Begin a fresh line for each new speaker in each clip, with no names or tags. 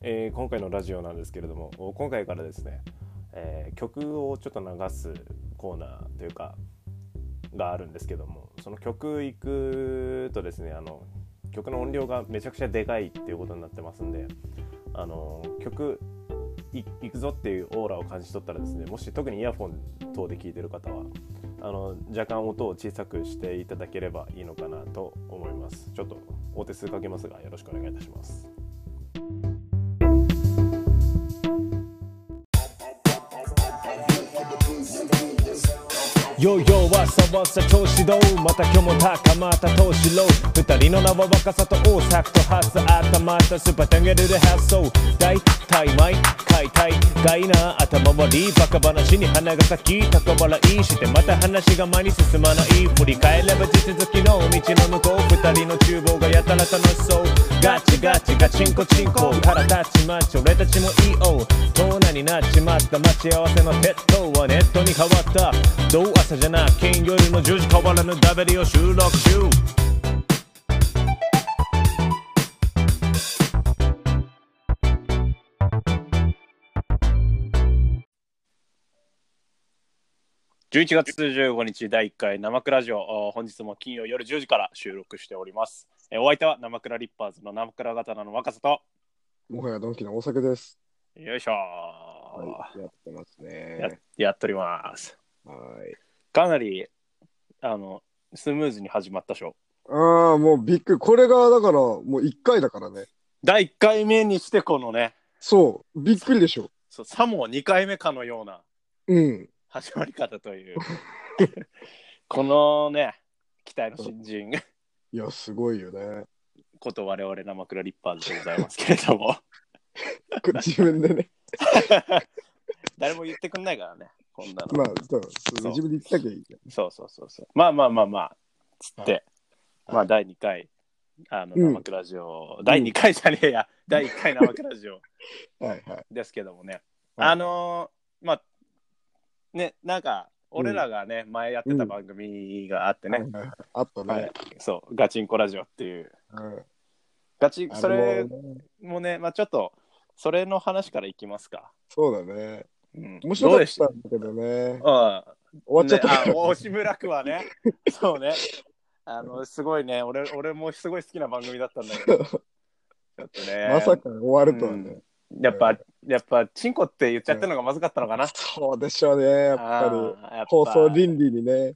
えー今回のラジオなんですけれどもお今回からですね、えー曲をちょっと流すコーナーというかがあるんですけどもその曲行くとですねあの曲の音量がめちゃくちゃでかいっていうことになってますんであの曲い行くぞっていうオーラを感じ取ったらですねもし特にイヤホン等で聴いてる方はあの若干音を小さくしていただければいいのかなと思いますちょっとお手数かけますがよろしくお願いいたします
よいよわさわさ調子どうまた今日も高まった投資ロー二人の名は若さと大阪と発想頭とスーパータンゲルで発想大体毎回大概な頭回りバカ話に花が咲き高笑いしてまた話が前に進まない振り返れば地続きの道の向こう二人の厨房がやたら楽しそうガチガチガチンコチンコ腹立ちまち俺たちもいいおうトーナになっちまった待ち合わせのペットはネットに変わったどう朝じゃな金曜日の10時変わらぬダベリを収録中
11月15日第1回生クラジオお本日も金曜夜10時から収録しておりますえーお相手は生クラリッパーズの生クラ刀の若さと
もはやドンキのお酒です。
よいしょー、
はい、やってます
や
ね。
やっとります
はい。
かなりあのスムーズに始まったショー
ああ、もうびっくり。これが、だから、もう1回だからね。
第1回目にしてこのね
そう、びっくりでしょ。
そうさも2回目かのような
うん。
始まり方と いうこのね期待の新人
いや、すごいよね。
こと我々生クラリッパーズでございますけれど も
こ自分でね。
誰も言ってくんないからねこんなの、
まあ、そう
そう
自分で言ったきゃいいじ
そうそうそうそうまあまあまあまあつって、まあ第2回あの
うん
生クラジオ、第2回じゃねえや第1回生クラジオ
ゃん。はいはい。
ですけどもね、
はい
あのーまあねなんか俺らがね、前やってた番組があってね、
はいはいあったね。
はいそうガチンコラジオっていう
うん
ガチ
あ
それ
もね
もね、まあ、ちょっとそれの話からいきますか、
そうだね。
うん
面白
どう
か
で
っ
した
んだけどね。
たうん
終わっちゃったか
ね
ら。
あ押村区は ねそうねあのすごいね俺俺もすごい好きな番組だったんだけどちょっとね
まさか終わるとは
う
ね。
やっぱやっぱチンコって言っちゃってるのがまずかったのかな、
そうでしょうね。やっぱり。
あーやっぱ
放送倫理にね、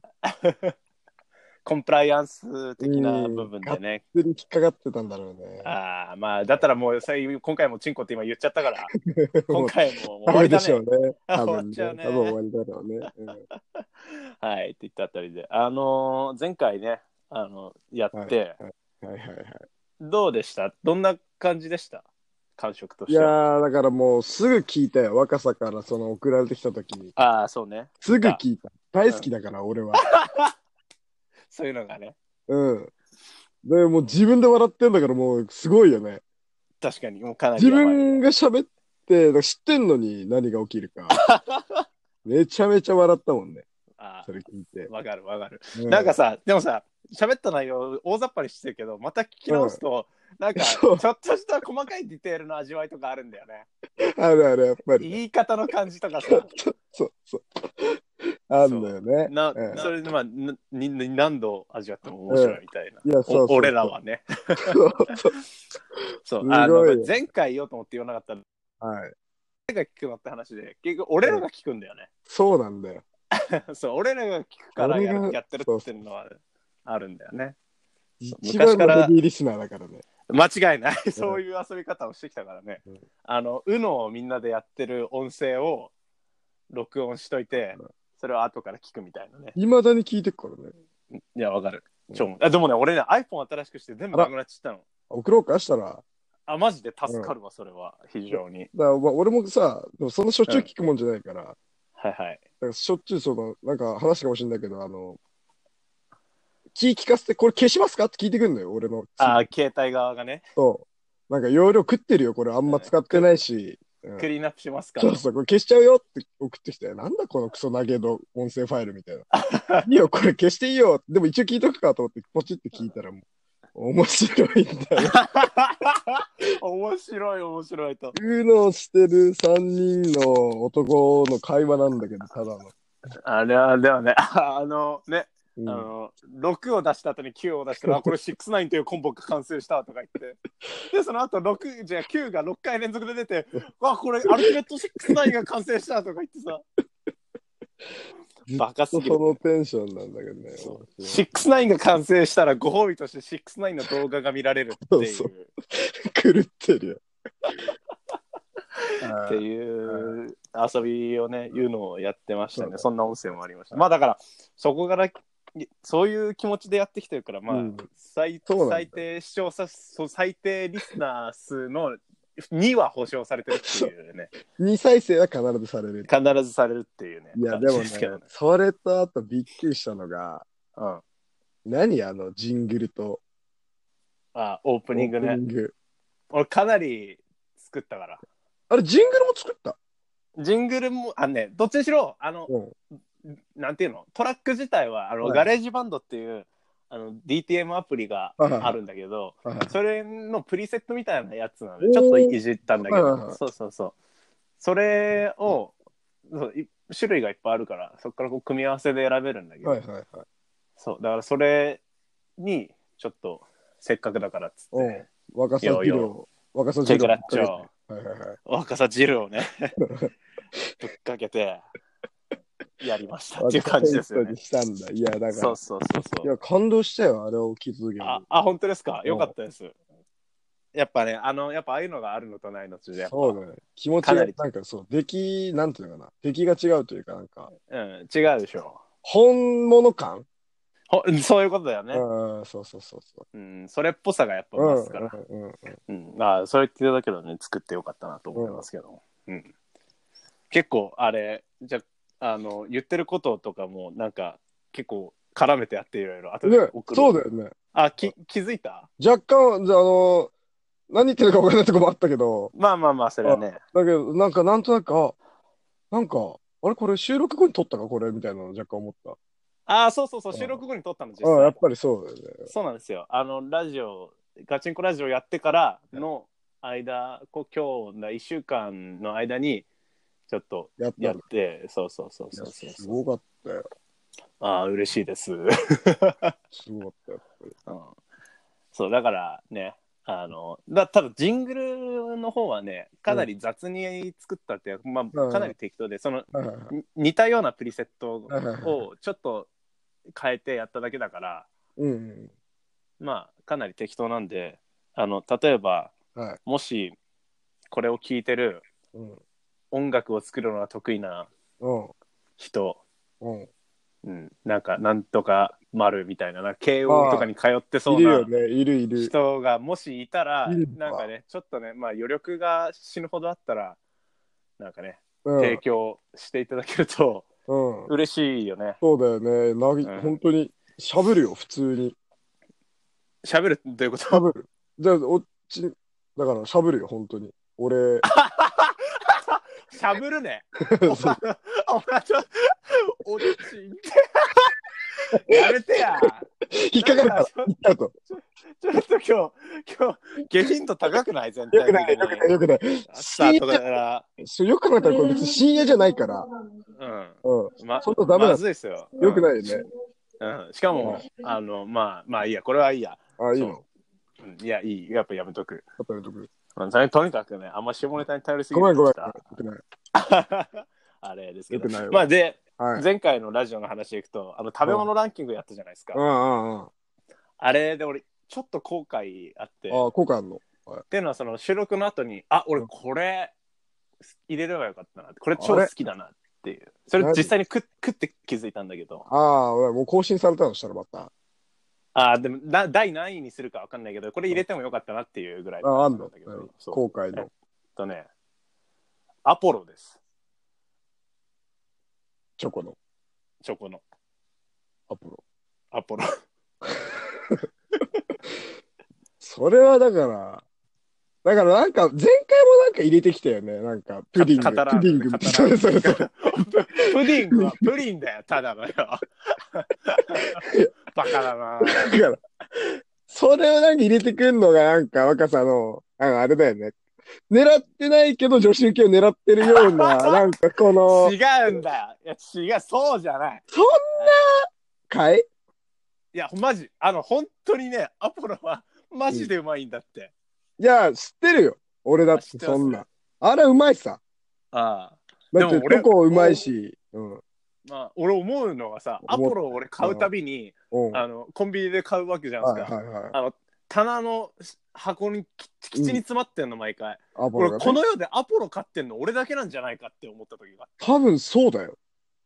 コンプライアンス的な部分でね、
普通に引っかかってたんだろうね。
ああまあだったらもうさ今回もチンコって今言っちゃったから 今
もう
回も終
ダ
わ
メ
り
で
だ
しょう
ね
ね。多
終わっ
分
ちゃうね
多分終わりだろうね。うん
はいって言ったあたりであのー前回ねあのやって、
はいはいはい。
どうでしたどんな感じでした感触と
い
して
や
は
ー、だからもうすぐ聞いたよ。若さからその送られてきた時に。
ああそうね
すぐ聞いた。大好きだから、俺は。
そういうのがね
うん。でもう自分で笑ってんだからもうすごいよね。
確かにもうかなり
自
やばい
分が喋って、だから知ってんのに何が起きる か。めちゃめちゃ笑ったもんね。
あ
それ聞いて
あ。わかるわかる、
う
なんかさでもさ喋った内容大雑把にしてるけどまた聞き直すと、なんかち
そ
ょっ
う
とした細かいディテールの味わいとかあるんだよね
あるある、やっぱり。
言い方の感じとかさ
そうそう。あんだよね。
な、
うん
それでまあなにに何度味わっても面白いみたいな、
いや、そうそう
お
そう。
俺ら。はね
そうそう。
そう
すごい
あの
よ
前回言おうと思って言わなかった
はい。
誰が聞くのって話で結局俺らが聞くんだよね、
そうなんだよ。
そう俺らが聞くからや
俺が
やってるっていうのはあるんだよね
一番
昔か
の
ら
ヘビーリスナーだからね。
間違いないそういう遊び方をしてきたからね、
うん
あの UNO をみんなでやってる音声を録音しといてそれを後から聞くみたいなね
いまだに聞いてくからね。
いやわかる
うん
超あでもね俺ね iPhone 新しくして全部
あら
なくなっちゃったの
送ろうかしたら。だか
あマジで助かるわそれは非常に、
らまあ俺もさ、でもそんなしょっちゅう聞くもんじゃないから、だか
はいはい
らしょっちゅうその、なんか話したかもしれないけど、あの、気聞かせて、これ消しますかって聞いてくんのよ、俺の。
あー携帯側がね
と。なんか容量食ってるよ、これあんま使ってないし。うん
クリーンアップしますか
そうそう、これ消しちゃうよって送ってきて、なんだこのクソ投げの音声ファイルみたいな。いいよ、これ消していいよ。でも一応聞いとくかと思って、ポチって聞いたらもう、面白いんだよ。
面白い面白いと
うのしてる3人の男の会話なんだけど、ただの。
あれはではねあのね、
うん
あの6を出した後に9を出したらあこれ69というコンボが完成したとか言ってでその後6じゃあ9が6回連続で出てわこれアルティメット69が完成したとか言ってさバカすぎ
そ
る
のテンションなんだけどね。
そう69が完成したらご褒美として69の動画が見られるっていう
そう狂って るよ。
っていう遊びをね言うのをやってました
そう
ね
だ
そんな音声もありましたまあだからそこからいそういう気持ちでやってきてるからまあ、
うん
最
そうなんだ
最低視聴者そう最低リスナー数の2は保証されてるっていう ね
2再生は必ずされる。
必ずされるっていうね
いや、
感
でも
じ
ね
すけど、
それとあとびっくりしたのが、
うん、
何あの、ジングルと
あオー
オ
プニングね
ープニング
俺かなり作ったから
あれ、ジングルも作った。
ジングルもあのねどっちにしろあの
うん。
なんていうのトラック自体はあの、
はい
ガレージバンドっていうあの DTM アプリが
はいはい
あるんだけど、
はいはい
それのプリセットみたいなやつなの
お
で
ー
ちょっといじったんだけど、
はいはいはい
そうそうそうそれをそうい種類がいっぱいあるからそこからこう組み合わせで選べるんだけど、
はいはいはい。
そうだからそれにちょっとせっかくだからっつっ
う
て
ん。若さ
よい
ビ
よ
ルを。若さ
チェ
ビ
ク
ル
ラッチョを
はいはいはい。
若さ汁をね ぶっかけてやりましたっていう感じですよ
若さ
ね
に。したんだ。いや、だか
そ
ら
う。そうそうそう
い。や、感動したよ、あれを聞き続ける。
あ、あ本当ですか。
うん
よかったです。やっぱね、あの、やっぱああいうのがあるのとないのとで、やっぱ、
そうだね。気持ち
かな
が、な
り
んかそう、出来、なんていうのかな。出来が違うというか、なんか、
うん、違うでしょ
本物感、
ほそういうことだよね。
うん、そうそうそうそ
うん、それっぽさがやっぱ
う。うん、
ますから。
うん、うん。
うん、あそう言っていただけどね、作ってよかったなと思いますけど。うん。結構、あれ、じゃあ、あの、言ってることとかも、なんか、結構絡めてやっていろいろ。後で
ね
送、る。
そうだよね。
あ、き、気づいた。
若干、じゃあ、あの、何言ってるか分かんないとこもあったけど、
まあまあまあ、それはね。
だけど、なんか、なんとなく、あなんか、あれこれ収録後に撮ったかこれみたいなの若干思っ
あそうそうそう、
うん
収録後に撮ったの、実
た。うん、やっ
際。
ぱりそうだよね。
そうなんですよ。あの、ラジオ、ガチンコラジオやってからの間、こう今日の1週間の間に、ちょっと
やっ
や
ぱ
っ
り。
て、そうそうそう
い
そ
や
うそう
すごかったよ。
ああ、嬉しいです。うん
すごかったよ。やっぱり
そう、だからね、あの、だただ、ジングルの方はね、かなり雑に作ったって、まあ、かなり適当で、その、
はいはいはい
に似たようなプリセット
はいはいはい
をちょっと変えてやっただけだから、
うんうん。
まあかなり適当なんであの例えば、
はい
もしこれを聴いてる
うん。
音楽を作るのが得意な
うん。
人、
うん。
うん、なんかなんとか丸みたいなな慶応とかに通ってそ
いる
う
よ
な
ね。いるいる。
人がもしいたら
いるわ
なんかねちょっとねまあ余力が死ぬほどあったらなんかね
うん。
提供していただけると
うん。
嬉しいよね
そうだよね。なぎ、
うん
本当に、喋るよ、普通に。
喋るどういうこと
喋る。じゃあ、おっち、だから喋るよ、本当に。俺、
喋るね
そ
お前
う
ちょおちんって やめてや
引っかかるから、
ちょ
引っかかると。
ちょっと今日、今日、下品度高くない全体
よく
的に。
ない、よくない、よくない。
朝とかだから、
そうよく考えたら、これ別に深夜じゃないから。
う
うん。
ん。ま、
そんなダメだ
まずいですよ。
よく
い。
ないよね。
うん。しかも、あの、まあ、まあいいや、これはいいや。
あ、いいの。
そうんいや、いい。やっぱやめとく。
やっぱやめとく
うんとにとにかくね、あんま下ネタに頼りすぎ
ごめん、ごめん。よ
た
くない。
あれですけ
よくない
ど。
わ
まあで、
はい。
前回のラジオの話でいくと、あの、食べ物ランキングやったじゃないですか
うん。うんうん。あ、
あれで俺、ちょっと後悔あって。
効果あんの。
っていうのはその収録の後にあ俺これ入れればよかったなこれ超好
あれ
きだなっていうそれ
何
実際に食食って気づいたんだけど
ああ、俺もう更新されたのしたらまた。
あーでもな第何位にするかわかんないけどこれ入れてもよかったなっていうぐらい
あ、
な
あ
んんだ
の
けど。そう
後悔の。
えっとねアポロです
チョコの。
チョコの
アポロ。
アポロ
それはだから、だからなんか、前回もなんか入れてきたよね。なんか、プディン
カ
グ、
タラー
プディング、
カタ
そ
ラ
れそれそれ。
プディングはプ リンだよただのよバカだな
だから、それをなんか入れてくんのが、なんか若さの、あの、あれだよね。狙ってないけど、女子受けを狙ってるよう な、なんかこの、
違うんだよ。いや、違う、そうじゃない。
そんな回
いや、マジ、あの、本当にね、アポロはマジでうまいんだって。
いや、知ってるよ。俺だって
知
そん
ってま
な。あれうまいさ。
ああ。
だっ
で
て
も俺
どこうまいし。うん。
まあ、俺思うのはさ、ア
思っ
ポロを俺買うたびに、
うん。は
あの、コンビニで買うわけじゃ
い
ないですか。
はいはい。
あの、棚の箱にき敷地に詰まってんの、毎回。
アポロ
俺、
がね
この世でアポロ買ってんの俺だけなんじゃないかって思った時が。
多分そうだよ。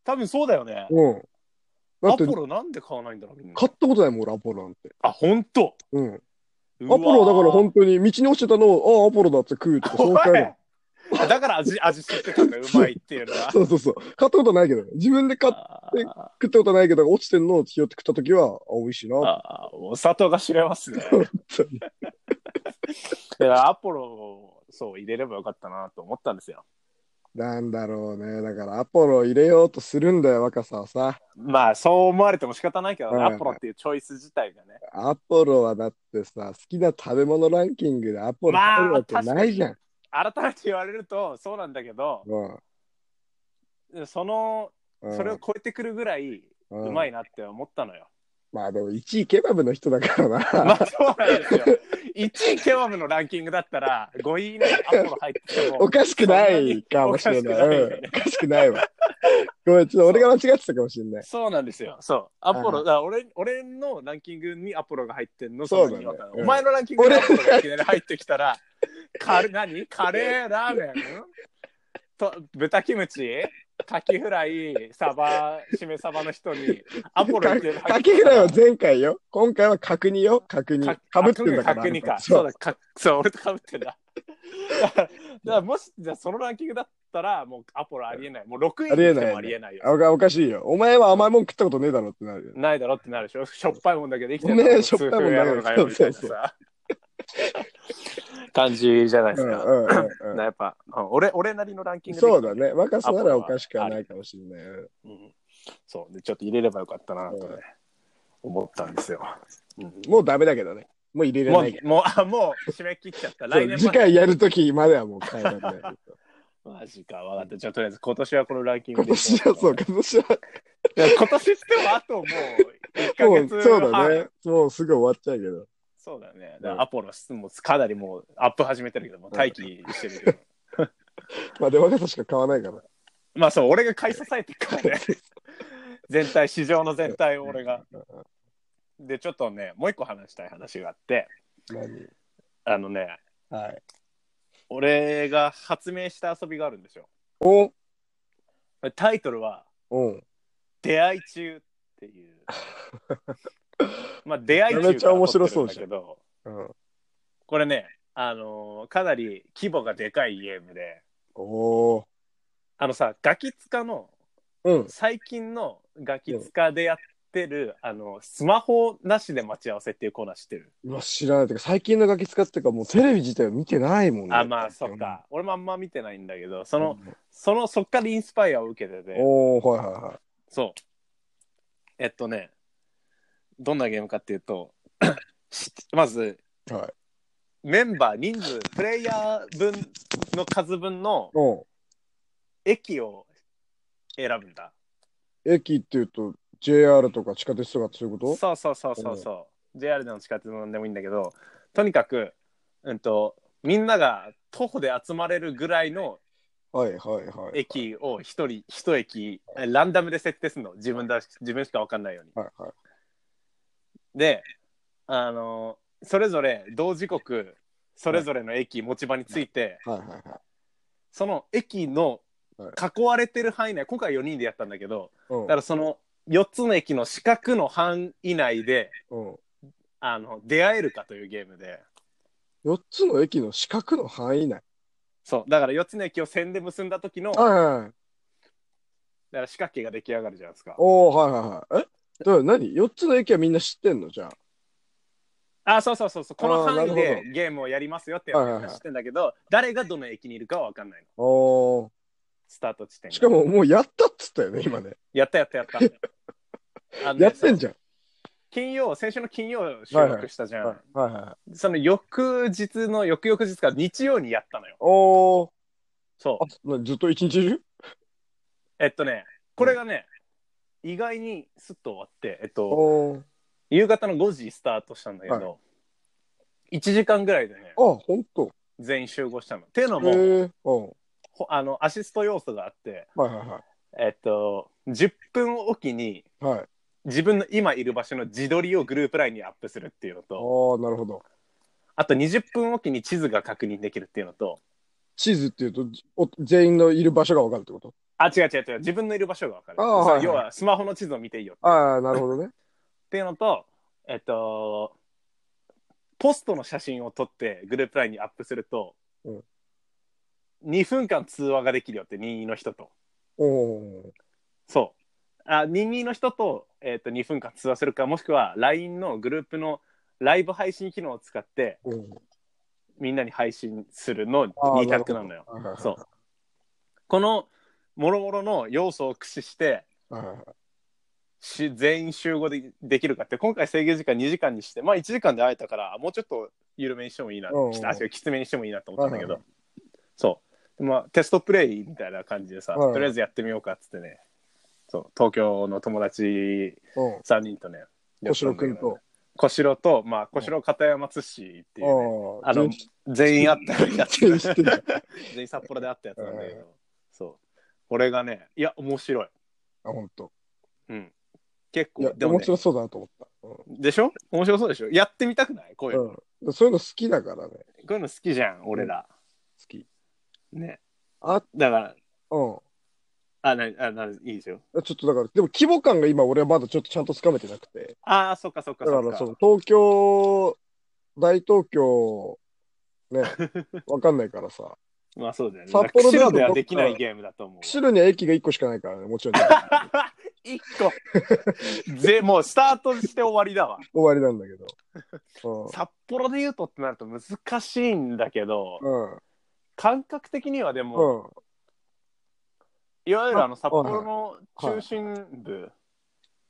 多分そうだよね。
うん。だ
ア
って
ポ、ロなんで買わないんだろう、みんな。
買ったことないもん、俺、アポロなんて。
あ、本当。
うん。
ア
アポロはだから本当に道に落ちてたのを、ああ、アポロだって食うとか、そういう感じ。
おいだから味、味知ってたんだ、うまいっていうのは。
そうそうそう。買ったことないけど、ね、自分で買っ
あ
食ったことないけど、落ちてんのを拾って食ったときは、あ、美味しい
ー
な。
あー、お砂糖が知れますね。
当に
いやアポロをそう入れればよかったなと思ったんですよ。
なんだろうね。だから、アポロ入れようとするんだよ、若さはさ。
まあそう思われても仕方ないけどね、
うん
アポロっていうチョイス自体がね。
アポロはだってさ、好きな食べ物ランキングでアポロ
まあ
入るわけないじゃん。
改めて言われるとそうなんだけど、
うん
その
うん
それを超えてくるぐらいう
うん
まいなって思ったのよ。
まあでも1位ケバブの人だから
ま
な。
あそうなんですよ。1位ケバブのランキングだったら5位以内にアポロ入ってても
おかしくないかもしれない。
おかしくないよ
うん
ね
おかしくないわ。ごめん、ちょっと俺が間違ってたかもしれない。
そうなんですよ。そう。アポロ、
うん
だから俺俺のランキングにアポロが入ってんの、
そう
の
だね
時は
うん
お前のランキングにアポロがいきなり入ってきたら、カレー、 何カレー、ラーメンと豚キムチカキフライ、サバ、しめサバの人に、アポロいきなり入ってきたら
かけぐらいは前回よ。今回は角煮よ。角煮。かぶってんだから。
確認か。
そ
そううだ、かそう、俺とかぶってんだ。だからだからもし、じゃあそのランキングだったら、もうアポロありえない。もう6位
あり
に
え
来て
ないよね
もありえないよ。
あおかおかしいよ。お前は甘いもん食ったことねえだろってなるよ。
ないだろってなるで しょしょっぱいもんだけで生きて
ねえしょっぱいもんだけど
だけど
そうそうそ
感じじゃないで
う
す
ん
か、
うんうん
な
うん
やっぱ、うん俺俺なりのランキングで
そうだね。若さなら
アポロ
お
は
かしくはないかもしれない。うん
うんそうでちょっと入れればよかったなとね、思ったんですよ、うん
もうダメだけどね。もう入れれ
も
ないけど
うもうあもう締め切っちゃった
そ
来
う
年
次
まで
回やるときまではもう変えられない。
マジか分かったじゃあとりあえず今年はこのランキング
今
でいき
年
ましょ
はそう、今年は。
いや今年ってもあともう1ヶ
もう
月半
そうだね。もうすぐ終わっちゃうけど。
そうだね。だからアポロ、もうかなりもうアップ始めてるけど、もう待機してるけど。
まあ、で、若さしか買わないから。
まあそう、俺が買い支えてるからね。全体、市場の全体を俺が。で、ちょっとね、もう一個話したい話があって、
何
あのね、
はい。
俺が発明した遊びがあるんですよ。
お
タイトルは、
うん。
出会い中って いう。まあ、出会い中
めっちゃ面白そう
から撮ってるんだけど、
うん。
これね、あのーかなり規模がでかいゲームで、
おー。
あのさ、ガキツカの
うん。
最近のガキツカでやってる、あのスマホなしで待ち合わせっていうコーナー知ってる、
うわ、知らない。てか、最近のガキ使ってか、もうテレビ自体を見てないもんね。
あまあそっか、俺もあんま見てないんだけどその、そのそっからインスパイアを受けて
うん。
て
おー、はいはいはい。
そうえっとねどんなゲームかっていうと しまず、
はい
メンバー人数プレイヤー分の数分の
う
駅を選ぶんだ
ん。駅っていうと、JR とか地下鉄とかそういうこ
そうそうそうそうそう、JR でも地下鉄でも何でもいいんだけどとにかく、うん、とみんなが徒歩で集まれるぐらいの
とはいはいはい。。
駅を一人一駅えランダムで設定するの自分だ自分しか分かんないように。
はいはい。
であのそれぞれ同時刻それぞれの駅持ち場について
はいはいはい。
その駅の
は
囲われてる範囲内今回4人でやったんだけど
うん
だからその4つの駅の四角の範囲内で
うん。
あの出会えるかというゲームで。
4つの駅の四角の範囲内。
そうだから4つの駅を線で結んだ時のだか
はいはいはい。
ら四角形が出来上がるじゃないですか
おー、はいはいはい。えだから何 ?4 つの駅はみんな知ってんのじゃ
あそうそうそうそうこの範囲
あーなる
で
ほ
ゲームをやりますよってやつ知ってんだけど、誰がどの駅にいるかは分かんないの
あ。おー。
スタート地点が
しかももうやったっつったよね、今ね。
やったやったやったあのね
やってんじゃん。
金曜、先週の金曜収録したじゃん。
はいはいはい。
その翌日の翌々日か日曜にやったのよ。
おー。
そ
あ
う。、
なずっと一日中
えっとね、これがね、意外にスッと終わって、えっと、
おー。
夕方の5時スタートしたんだけど、1時間ぐらいでね
あ、、ほんと。
全員集合したの。っていうの
へ
も、
ー。うん。
ほあの、アシスト要素があって、
はいはいは
えっと、10分おきに
い。はい。
自分の今いる場所の自撮りをグループラインにアップするっていうのと、
ああ、なるほど。
あと20分おきに地図が確認できるっていうのと、
地図っていうと、お全員のいる場所がわかるってこと
あ、違う違う違う、自分のいる場所がわかる。
あーはいはい
要はスマホの地図を見ていいよ
ああ、なるほどね。
っていうのと、えっと、ポストの写真を撮ってグループラインにアップすると、
うん
2分間通話ができるよって任意の人と。
おお
そう。あ任意の人と,、えっと2分間通話するか、もしくは LINE のグループのライブ配信機能を使って
ー。うん
みんなに配信するの
あー
2択なのよ。
はいはいはい
そう。このもろもろの要素を駆使して、
はいはいはい
し全員集合でできるかって今回制限時間2時間にしてまあ1時間で会えたからもうちょっと緩めにしてもいいな
うんうん
きつあ違うきつめにしてもいいなと思ったんだけど、
はい
そうまあテストプレイみたいな感じでさ、
はいはい
とりあえずやってみようかっつってねそう東京の友達
うん。
3人とね
小四郎くんと。
小四郎とまあ小四郎片山津氏っていうね、
あ
あの全員会ったやつ
全員知ってんじゃん
全員札幌で会ったやつなんだけど、
は
そうこれがねいや面白い
あ、ほんと。
うん結
いや
構、でも、
面
ね、
白そうだなと思っ
でしょ面白そうでしょやってみたくないこうい
た。
う
う
の、
ん。うん。そういうの好きだからね。好
こういうの好きじゃん俺ら、
き。
ね
あ、
だから
うん。
あなあないいですよ
ちょっとだから、でも規模感が今俺はまだちょっとちゃんとつかめてなくて。
ああそっかそっか
だ
そ
か
っから
その東京、大東京、 ね、わかんないからさ。
まあそうだよね
札幌
釧
だと
路ではできないゲームだと思う
釧路には駅が1個しかないからね、もちろ ん、ね、
一個 ぜもうスタートして終わりだわ
終わりなんだけど。
札幌で言うとってなると難しいんだけど
うん。うん。
感覚的にはでも、
うん。
いわゆるあの札幌の中心部、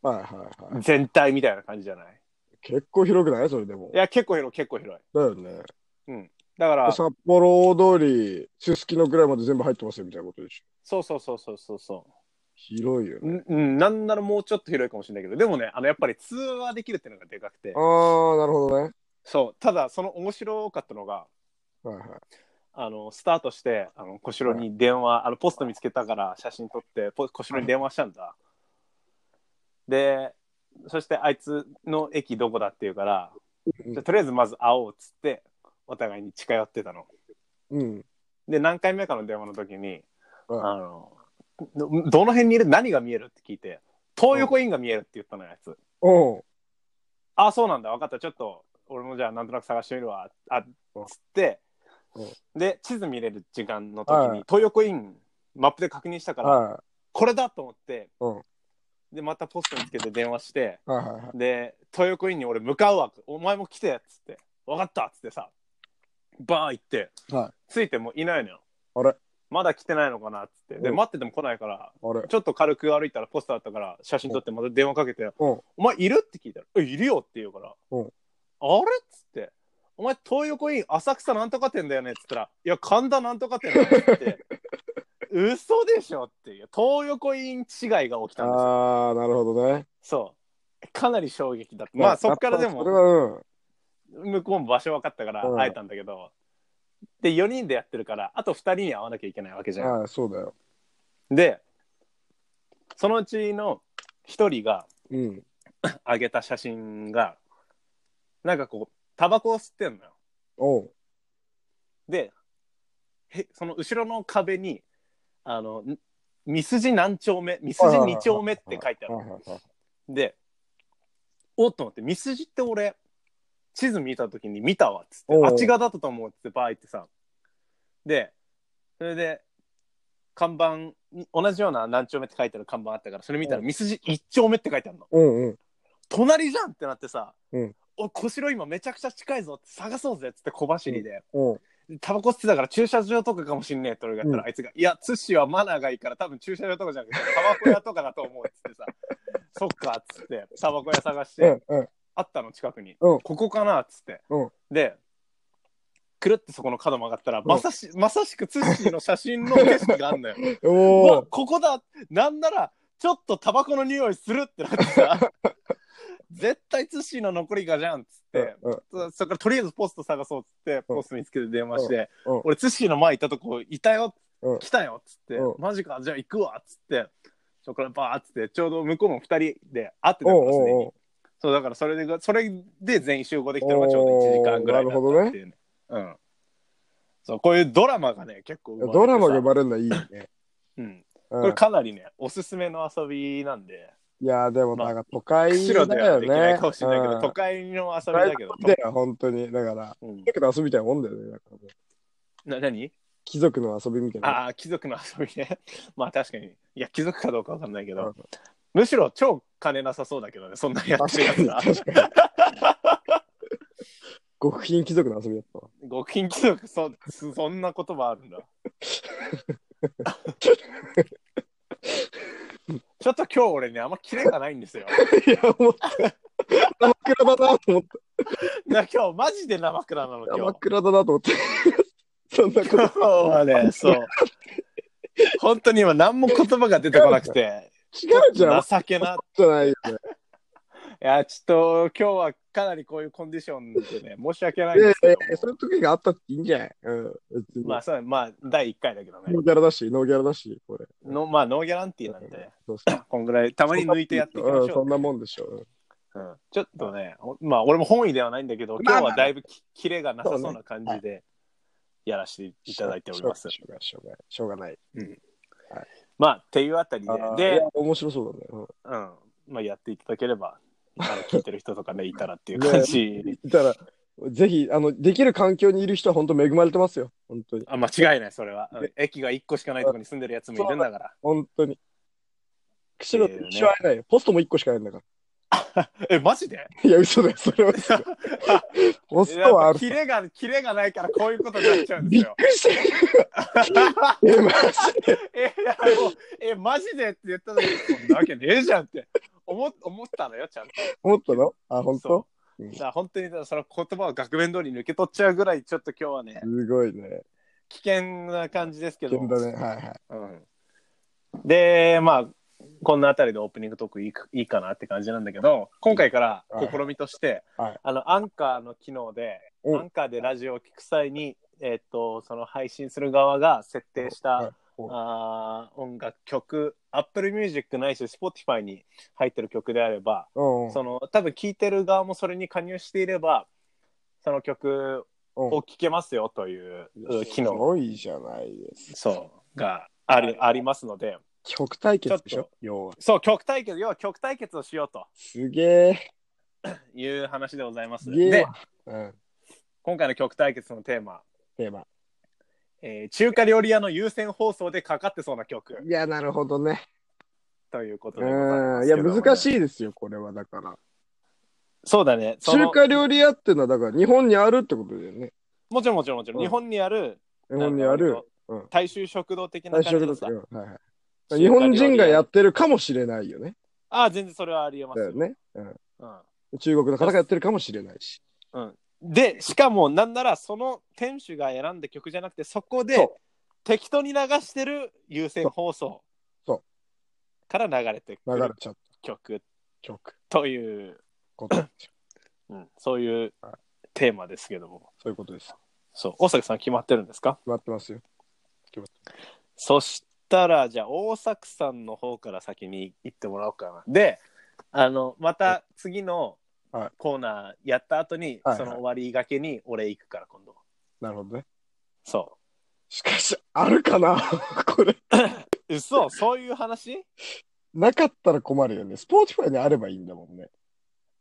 はいはいはい。
全体みたいな感じじゃない
結構広くないそれでも
い。や結構広い結構広い
だよね。
だから
札幌大通り、すすきのぐらいまで全部入ってますよみたいなことでしょ。
そうそうそうそうそうそう
広いよね。
うんうん、なんならもうちょっと広いかもしれないけどでもねあのやっぱり通話できるっていうのがでかくて
あー、なるほどね。
そうただその面白かったのが
はいはい。
あのスタートしてあの小四郎に電話、あのポスト見つけたから写真撮ってポ小四郎に電話したんだ、でそしてあいつの駅どこだって言うから、
うん
じゃあとりあえずまず会おうっつってお互いに近寄ってたの
うん。
で何回目かの電話の時に、
うん
あのどどの辺にいる何が見えるって聞いて東横インが見えるって言ったのよあいつ
おう
あ、そうなんだ、分かった、ちょっと、俺もじゃあ、なんとなく探してみるわ、あ、つって
うん、
で、地図見れる時間の
は
時
い
に、東横イン、マップで確認したから、
は
これだと思って
うん、
で、またポストにつけて電話して、
い。はいはいはい。
で、東横インに俺向かうわ、お前も来て、っつって、分かった、っつってさ、バー行って
は、
ついてもいないのよ。
あれ
まだ来てないのかな、っつって。で、
うん
待ってても来ないから、
あれ
ちょっと軽く歩いたらポスターあったから写真撮ってまた電話かけて「
うん
お前いる?」って聞いたら「えいるよ」って言うから「
うん
あれ?」っつって「お前東横イン浅草なんとか店だよね」っつったら「いや神田なんとか店だよ」っつ って「嘘でしょ」っていう東横イン違いが起きたんですよ
あー、なるほどね。
そうかなり衝撃だったまあそっからで
それ
も
はうん。
向こうも場所分かったから
うん
会えたんだけど、で4人でやってるからあと2人に会わなきゃいけないわけじゃん、
ああ、そうだよ。
でそのうちの1人が
うん。
あげた写真がなんかこうタバコを吸ってんのよ
おう。
でへその後ろの壁にあのん「ミスジ何丁目ミスジ2丁目」って書いてあ
はい
る
はいはい。
でおっと思って「ミスジって俺地図見た時に見たわ」っつって
おう
「あっち側だったと思う」っつってバー行ってさでそれで看板に同じような何丁目って書いてある看板あったからそれ見たら「
う
ミスジ1丁目」って書いてあるの。
うんうん。
隣じゃんってなってさ、
うん
お小城今めちゃくちゃ近いぞって探そうぜっつって小走りで、
おう。
タバコ吸ってたから駐車場とかかもしんねえって俺が言ったら、
う
あいつが「いやツッシーはマナーがいいから多分駐車場 とかじゃなくてタバコ屋とかだと思う」っつってさ「そっか」っつってタバコ屋探して、
うんうん。
あったの近くに、
うん
ここかなっつって、
うん
でくるってそこの角曲がったら、まさしまさしくツッシーの写真の景色があんのよう
お
わ
ー
ここだなんならちょっとタバコの匂いするってなって さ絶対ツッシーの残りがじゃんっつって、
うんう
そ
ん
それからとりあえずポスト探そうっつって
うん
ポスト見つけて電話して、
うんうん
俺ツッシーの前行ったとこいたよ、
うん
来たよっつって、
うん
マジかじゃあ行くわっつってそこからバーっつってちょうど向こうも2人で会ってた
お
か
う
らすで
おう
に
おう
そうだからそれでがそれで全員集合できたのがちょうど1時間ぐらいだったっていうねうんそうこういうドラマがね結構生まれてさ
ドラマが生まれるのはいいね。
うん
うん
これかなりね、おすすめの遊びなんで、
いやーでも
まあ
なんか都会
白で
だ
は
よ
できな
ね
い。かもしれないけど、
うん
都会の遊び
都
だけど、
会だよ、本当に。だから、
うん
貴族の遊びみたいなもんだよね。なんかもう
な何
貴族の遊びみたいな。
ああ、貴族の遊びね。 まあ確かに、いや、貴族かどうかわかんないけど、
うん
むしろ超金なさそうだけどね、そんなんやってるやつは
確か。に、確かに。極貧貴族の遊びだったわ。
極貧貴族そ、 そそんな言葉あるんだ。 ちょっと今日俺ね、あんまキレがないんですよ。
いや、思った。生倉だなと思っ
な今日マジで生倉なの、
た。
今
生
日。
倉だなと思って。 そんなこと。
今日は ね、そう。本当に今何も言葉が出てこなくて、
違うじ ゃん。
情けな。い
じゃないよね。
や、ちょっと今日はかなりこういうコンディションでね、申し訳ないん
いや
で
い
す
やい
け
や、そ
ど
ういう時があったっていいんじゃないうん。別に
も。まあ、そう、まあ、第1回だけどね
ノー。ギャラだし、ノーギャラだし、これ。
のまあ、ノーギャランティーなんで、
そうそう
こんぐらい、たまに抜いてやっていきま
うん
しょ
そん
う。
なもんでしょう。
うんちょっとね、ほまあ、俺も本意ではないんだけど、
ま
今
あ
日
まあ
はだいぶきキレがなさそうな感じで、やらせていただいております。
しょうがしょうがしょうがない。
まあ、っていうあたり
あー
で、
い
で
や、面白そうだねうん。
うん、まあ、やっていただければ、あの聞いてる人とかね、いたらっていう感じ
だから、ぜひ、あの、できる環境にいる人は本当恵まれてますよ。本当に。
あ間違いないそれは、うん駅が1個しかないとこに住んでるやつもいるんだから
本当に。釧路と一緒会えないよ。ポストも一個しかないんだか
えマジで
ら。いや、嘘だよ。 それは。ポストはある。
キレがキレがないからこういうことになっちゃうんで
びっ
す
く
よ
りしてる。え、マジで。
えいやもうえマジでって言った時にそんなわけねえじゃんって思思ったのよちゃんと
思ったのあ、本当
そう
うん
だから本当にその言葉を額面通り抜け取っちゃうぐらいちょっと今日はね
すごいね。
危険な感じですけ
危
ど
険だね。はいはい。
うん、でまあこんなあたりでオープニングトークいいかいいかなって感じなんだけど今回から試みとして、
はいはい
あのアンカーの機能で、
うん
アンカーでラジオを聞く際に、えーっとその配信する側が設定した、
はいうん
あー音楽曲 Apple Music ないし Spotify に入ってる曲であれば、
うんうん。
その多分聴いてる側もそれに加入していればその曲を聴けますよという、う機
す
能
ごいじゃないですか。
そうがありありますので。
曲対決でし
ちょっ
ょ要は。
そう、曲対決、要は曲対決をしようと
すげえ。
いう話でございます。
すげえ
で
わ、。うん。
今回の曲対決のテーマ、
テーマ。
えー中華料理屋の優先放送でかかってそうな曲
いや、なるほどね。
ということでございま
うん。
すけ
いや、
どもね
難し。いですよ、これは。だから。
そうだね。その
中華料理屋っていうのは、だから日本にあるってことだよね。
もちろんもちろんもちろん、
うん
日本にある、
日本にあ
なんか
る。
割と
うん
大衆食堂的な
大
感じ
食だ
で
った
さ。
よ。はいはい。日本人がやってるかもしれないよね。
ああ、全然それはありえます
だよ
よ。
ね。う
うん
ん。中国の方がやってるかもしれないし。
で、しかも、なんなら、その店主が選んだ曲じゃなくて、そこ
そ
で
う
適当に流してる優先放送
そうそ
から流れてく
流れ
る
ちゃった
曲
曲。
という、
こと。
うん、そういう
はい
テーマですけども。
そういうことです。決
そう、大崎さん決まってるんですか
まってますよ。
そしたら、じゃあ、大崎さんの方から先に行ってもらおうかな。で、あの、また次の
はい
コーナーやった後に、
はいはい
その終わりがけに俺行くから、今度。
なるほどね。
そ
しかし、あるかな これ。
う。嘘そういう話
なかったら困るよね。スポーティファイにあればいいんだもんね。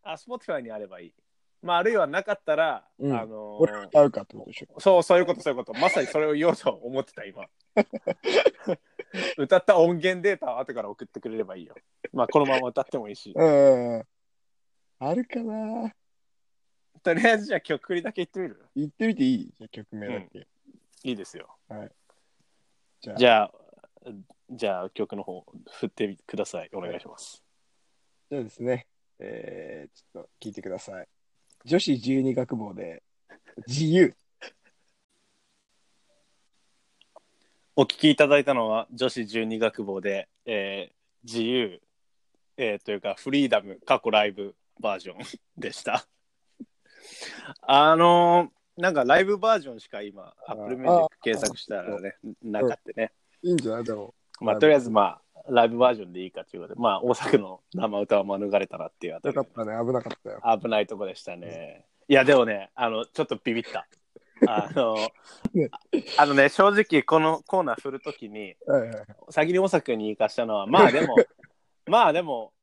あ、Spotify にあればいい。まあ、あるいはなかったら、
うん
あの
俺が合うかってことでしょ。
そう、そういうこと、そういうこと。まさにそれを言おうと思ってた、 今。歌った音源データは後から送ってくれればいいよ。まあ、このまま歌ってもいいし。
うん。あるかな
とりあえず、じゃあ曲振りだけ言ってみる
言ってみていいじゃあ曲名だけ。
いいですよ。
じゃあ
じゃあ、じゃあ曲の方、振ってください。お願いします。
そうですね。えー、ちょっと聞いてください。女子十二学坊で、自由。
お聞きいただいたのは女子十二学坊で、えー自由、えーというかフリーダム過去ライブバージョン でした。あのーなんかライブバージョンしか今
あ
Apple Music 検索したらねなかったね。
いいんじゃないでも。
まあとりあえずまあライブバージョンでいいかということで、まあ大阪の生歌は免れたなっていうあた
よ
り
か
で
ったね。危なかったよ。
危ないとこでしたね。いや、でもね、あの、ちょっとビビった。あの、
ね
あのね、正直、このコーナー振るときに、
はいはい。
先に大阪に行かしたの は、まあでも、まあでも、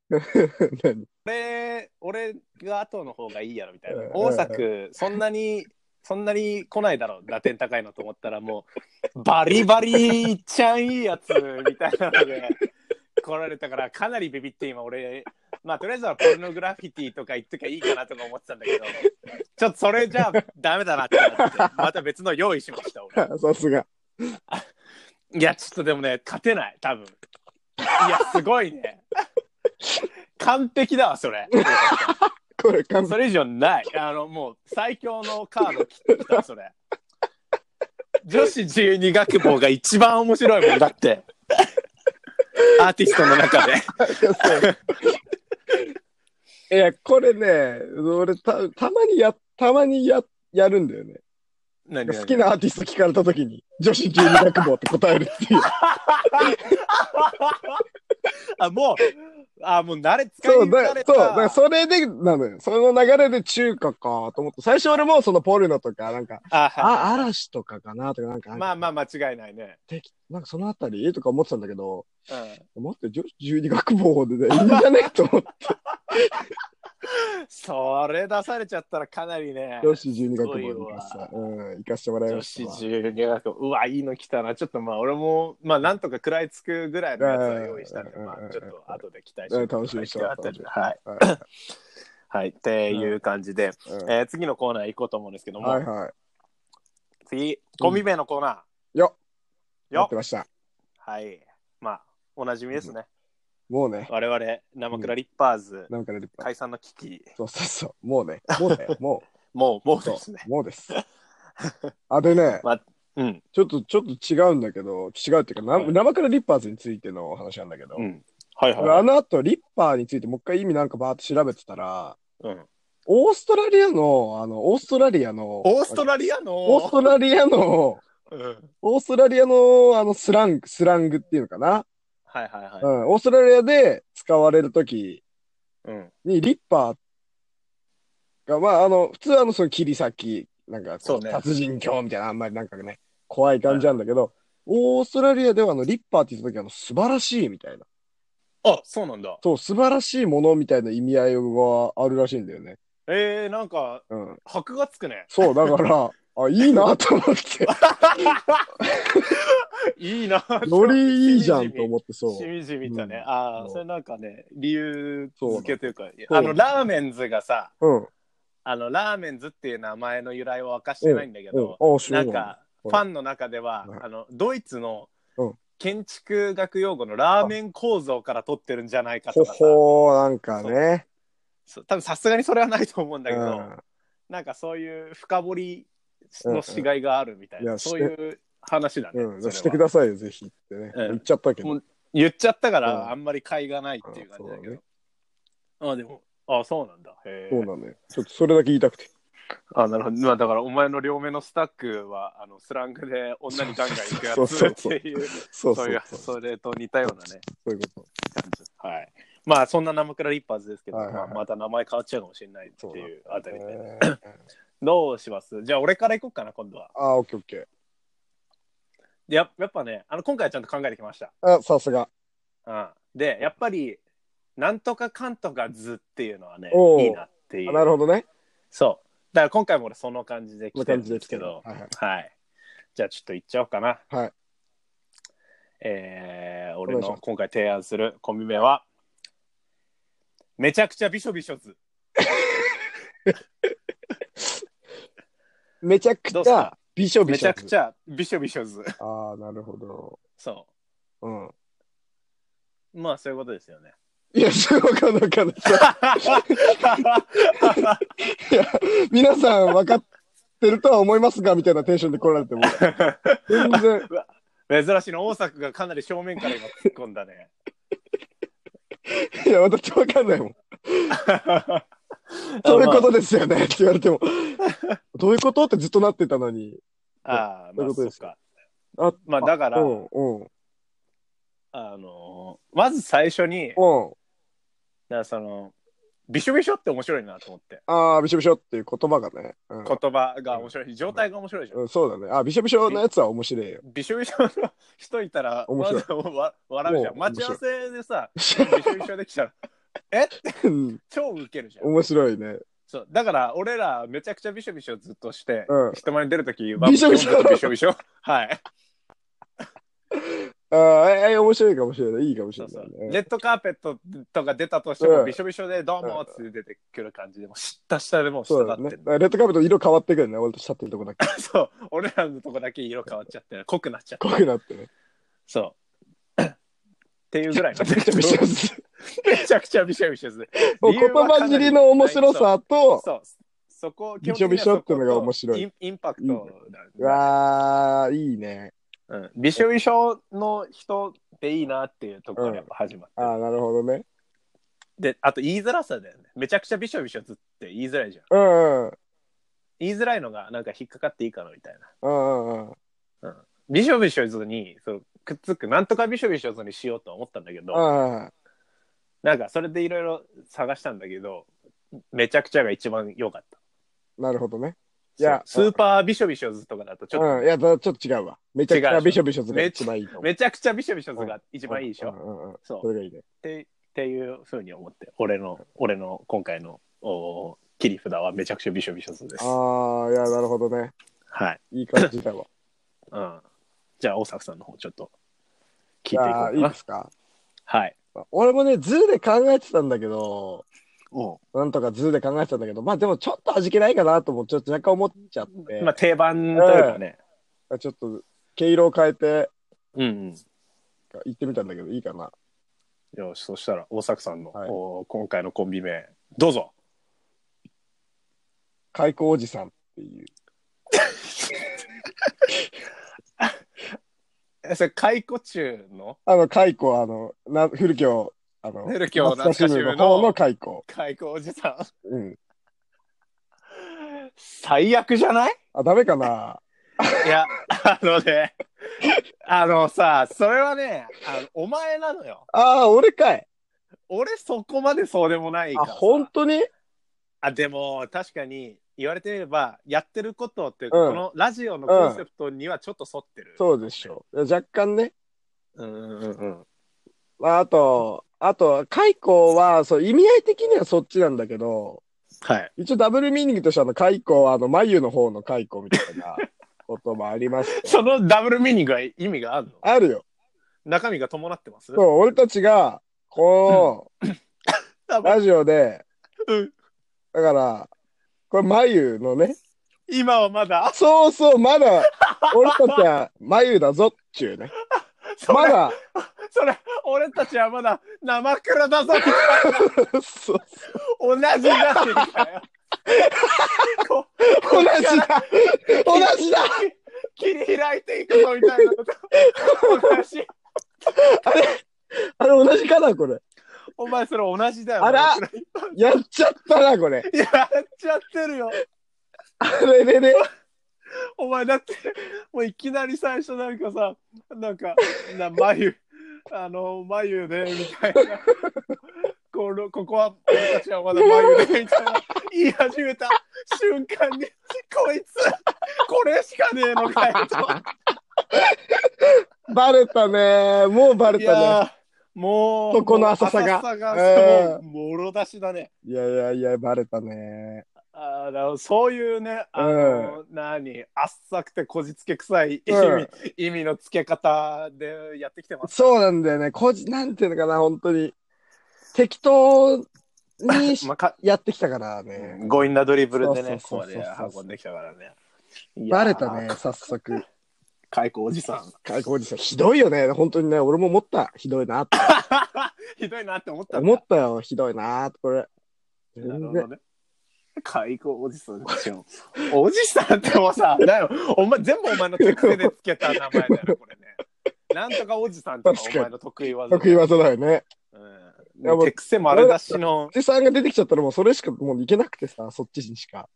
何
俺、俺が後の方がいいやろみたいな
うん。
大阪、そんなに、そんなに来ないだろう、打点高いのと思ったら、もう、バリバリいっちゃんいいやつみたいなので、来られたから、かなりビビって今、俺、まあ、とりあえずはポルノグラフィティとか言っときゃいいかなとか思ってたんだけど、ちょっとそれじゃダメだなってなって、また別の用意しました、俺。
あさすが。
いや、ちょっとでもね、勝てない、多分。いや、すごい ね。完璧だわ、それ。
これ完
そ
璧。
れ以上ない。あの、もう、最強のカード切ってきた、それ。女子十二学坊が一番面白いもんだって。アーティストの中で。
いや、これね、俺た、たまにや、たまにや、やるんだよね。
何
好き。なアーティスト聞かれたときに、女子十二学坊って答えるっていう。
あ、もう、あ、もう慣れ、使い
そう、
慣
だ、
れ
そう、だ
た。
からそれで、なのよ。その流れで中華かと思って、最初俺もそのポルノとか、なんか、
あ、は
あ、嵐とかかなとか、なんか、
い。まあまあ、間違いないね。
適なんかそのあたりとか思ってたんだけど、
うん。
待って、女子十二学坊でね、いいんじゃねと 思って、
それ出されちゃったらかなりね。
女子十二学坊に
すごい
行
わ
かせた。うん、行かせてもらい
女
ました。
子中学うわいいの来たなちょっとまあ俺もまあなんとか食らいつくぐらいのやつは用意したんで
うん
まあちょっと後で期待
うん
して
楽しみにしてます
はい
は
はいっていう感じで、
い、う ん
えー次のコーナー行こうと思うんですけども、
はいはい。
次コンビ名のコーナー
よや
よ
ってました。
はいまあおなじみですね、
もうね、
我々生倉リッパーズ
なんか出てた。
解散の危機
そうそうそう。もうね、もうね、も
も うも
う、
うですね
もうです。あ、でね、
うん
ちょっと、ちょっと違うんだけど、違うっていうか、な
はい
生からリッパーズについてのお話なんだけど、
うんはい
俺あ
はい
の後、リッパーについてもう一回意味なんかバーって調べてたら、
うん
オーストラリアの、あの、オーストラリアの、
オーストラリアの
オーストラリアの、
うん
オーストラリアの、あの、スラング、スラングっていうのかな、
はいはい
うん
は、
オーストラリアで使われるとき
い、うん、
に、リッパーが、まあ、あの、普通はあの、その切り裂き、なんかこう、
そうね
達人教みたいな、あんまりなんかね、怖い感じなんだけど、オーストラリアではあの、リッパーって言ったときあの、素晴らしいみたいな。
あそうなんだ
そう、素晴らしいものみたいな意味合いがあるらしいんだよね。
えー、なんか
うん。
箔がつくね。
そう、だ から、あ、いいなと思って、
いいな。
よりいいじゃんと思って、そう。
しみじみとね。
うん
ああ、
そう
それなんかね、理由付けというか、
そう
あの、ラーメンズがさ、
うん。
あの、ラーメンズっていう名前の由来を明かしてないんだけど、
うん、あ、そう
なんか、フ
うん
ァンの中では
うん、
あの、ドイツの
うん
建築学用語のラーメン構造から取ってるんじゃないか
ほ
とかさ、
ほー、なんかね。
そう多分さすがにそれはないと思うんだけ
う
ど、
ん
なんかそういう深掘りのしがいがあるみたい
うんうんい
な、
や
そういう話だね。
うん、
それは
してくださいよ、ぜひってね。
うん
言っちゃったけ
もう
ど。
言っちゃったか
うん
らあんまり買いがないっていう感じだけど、
うん
あでもあそうなんだへ
そう
え
なのよ。ちょっとそれだけ言いたくて。
あなるほどまあだからお前の両目のスタックはあのスラングで女にガンガン行くや
そうそう
つ
そう
っていう
そ
そ
うそう
いうう
そう。
それと似たようなね
そういうこと。
感じはいまあそんな生倉リッパーズですけど、
はいはいはい
まあ、また名前変わっちゃうかもしれないって
そう
いうあたりで、
えー
どうしますじゃあ俺から行こうかな今度は
あ、オッケーオッケ
ややっぱねあの今回はちゃんと考えてきました
ー。あ、さすが。
うん、でやっぱりなんとかかんとか図っていうのはね
おう
いいなってい
あ
う
なるほどね。
そうだから今回も俺その感じで
こん
来て
な
るん
感じ
で
ですす
け
け
ど
ど。はいはい。
はいじゃあちょっと行っちゃおうかな
はい
えー、俺
お願いし
の
ます
今回提案するコンビ名はめちゃくちゃびしょびしょ図
めちゃく
どうっ
ち
す
ゃ
か、
びしょび
め
し
ち
ょ。
ゃくちゃびしょびしょ図
ああ、なるほど。
そ
うん。
うまあそういうことですよね
えいや、そうわかんないわかんない。いや、皆さん分かってるとは思いますが、みたいなテンションで来られても。全然。
珍しいの、大作がかなり正面から今突っ込んだね。
いや、私分かんないもん。 そういうことですよねって言われても、どういうことってずっとなってたのに。
ああ、ま
そ
あ、
ういうこと
そ
で
う
す
か。
あ
まあ、だから、
うん、うん、うん。
あのーまず最初に、だからその、びしょびしょって面白いなと思って。
ああ、びしょびしょっていう言葉がね。うん
言葉が面白いし、状態が面白いじゃん。
うん、そうだね。あ、びしょびしょのやつは面白いよ。
びしょびしょの人いたら、
面白い
まずわ笑うじゃん。
もう
待ち合わせでさ、びしょびしょできたら、え
うん
超ウケるじゃん。
面白いね。
そうだから、俺らめちゃくちゃびしょびしょずっとして、
うん
人前に出るとき、
びしょびしょ
びしょびしょ。 はい。
ああ、ええ面白いかもしれない。いいかもし
そ
れ
うそ
な
う
い、ね。
レッドカーペットとか出たとして
う
も、
ん
びしょびしょで、どうもっつって出てくる感じで、もう、下下でもう、下
そう
が
だ
ってる
ね。だからレッドカーペット色変わってくるね。俺たち立ってるとこだけ。
そう、俺らのとこだけ色変わっちゃって、濃くなっちゃって。
濃くなってね。
そう。っていうぐらいの。め
め ちゃめちゃ
ち ゃくちゃびしょびしょですね。
もう言葉尻の面白さと、
そう。そこ、
びしょびしょってのが面白い
基本的にはそことインインパクトだよね
うわあ、いいね。
うんびしょびしょの人でいいなっていうところがやっぱ始まって、
ああ、なるほどね。
で、あと言いづらさだよね。めちゃくちゃびしょびしょずって言いづらいじゃん。
うんうん。
言いづらいのがなんか引っかかっていいかなみたいな。
うんうんうん。
びしょびしょずにそうくっつく、なんとかびしょびしょずにしようとは思ったんだけど、
あ
なんかそれでいろいろ探したんだけど、めちゃくちゃが一番良かった。
あ、なるほどね。い
い
や
や、、スーパーびしょびしょずとかだとちょっと、
うん、いや、だちょっと違うわ。めちゃくち
違
ゃ
う
びしょびしょずが
めっちゃ
一番いいと思う。
めちゃくちゃびしょびしょずが一番いいでしょ。
うんうんうん。
そう
それがいいね。
ってっていうふうに思って俺の俺の今回のお切り札はめちゃくちゃびしょびしょずです
ああ、いや、なるほどね。
はい、
いい感じだわ。
うん、じゃあ大作さんの方ちょっと 聞いてい
い
こう
や
か
ー、いい
な
ですか。
はい
俺もね、図で考えてたんだけど、
お
なんとか図で考えてたんだけど、まあでもちょっと味気ないかなとも、ちょっと若干思っちゃって、
まあ定番というかね、
ちょっと毛色を変えて
うんうん
行ってみたんだけど、いいかな。
よしそしたら大作さんの、
はい
お今回のコンビ名どうぞ
開口おじさんっていう。
えそれ解雇中の
あの、解雇、あの、な古きを、あの、
古きを懐かしむの
懐方の解雇。
解雇おじさん
うん。
最悪じゃない
あ、ダメかない
やあのねあのさそれはねあのお前なのよ
ああ、俺かい。
俺そこまでそうでもないか
あ、
らさ
本当に
あでも確かに言われてみればやってることっていうか、
うん
このラジオのコンセプトにはちょっと沿ってる、
そうでしょう。若干ね。
うんうんうんうん
まあ、あと、あと、解雇は、そう、意味合い的にはそっちなんだけど、
はい
一応ダブルミーニングとしてあの、解雇は、あの、眉の方の解雇みた いなこともあります。
そのダブルミーニングは意味があるの
あるよ。
中身が伴ってます
そう、俺たちが、こ
多
う、
分
ラジオで、
うん
だから、これ眉のね、
今はまだ
そうそう、まだ、俺たちは眉だぞっちゅうね。
それ,、
まだ、
それ俺たちはまだ生クラだぞ
そうそう
同じだって かよこ
同じだ同じだ
切り開いていくぞみたいなこと同じ
あれ同じかなこれ。
お前それ同じだよ
あら
い
やっちゃったな、これ。
ややっちゃってるよ
あれれれ。
お前だってもういきなり最初なんかさなんかな眉あの眉でみたいなこのここは俺たちはまだ眉でみたいな言い始めた瞬間にこいつこれしかねえのかよ と
バレたね。もうバレ
い
たね。
やもう
そこの浅さが
もう浅
うん
もうもろ出しだね
いやいやいや、バレたね。
あのそういうねあの、何浅くてこじつけ臭い意味,、
うん
意味のつけ方でやってきてます
そうなんだよね。こじ、なんていうのかな、本当に。適当にし
まあか
やってきたからね。
強引なドリブルでね、
そ
こ
うそう
う
そうそう
で運んできたからね。
バレた
い
ね
や、
早速。
開口おじさん。
開口おじさん、ひどいよね。本当にね、俺も思った。ひどいなって。
ひどいなって思ったんだ
思ったよ。ひどいなって、これ。全
なるほ
然
ど。ね。開口おじさんでしょ。おじさんってもう さ、なよお前全部お前の手癖でつけた名前だよね、こ れね。なんとかおじさんってのがお前の得意技だよ。
得意技だよね。いや
う
も
ん、
う
手癖丸出しの
お。じさんが出てきちゃったらもうそれしかもういけなくてさ、そっちにしか。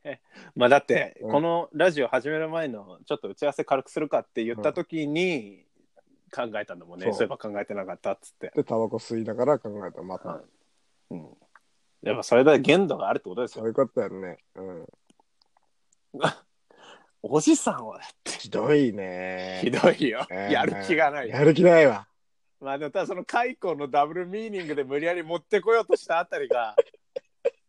まあだって、
うん
このラジオ始める前のちょっと打ち合わせ軽くするかって言った時に考えたんだもんね、
そう
そういえば考えてなかったっつって、
で、タバコ吸いながら考えたらまた。
はいうん、やっぱそれだけ限度があるってことです
そ
よ、
ういうことだよね。うん。
おじさんはだって
ひどいね。
ひどいよ、
ね
やる気がないよ
やる気ないわ。
まあでもただその解雇のダブルミーニングで無理やり持ってこようとしたあたり が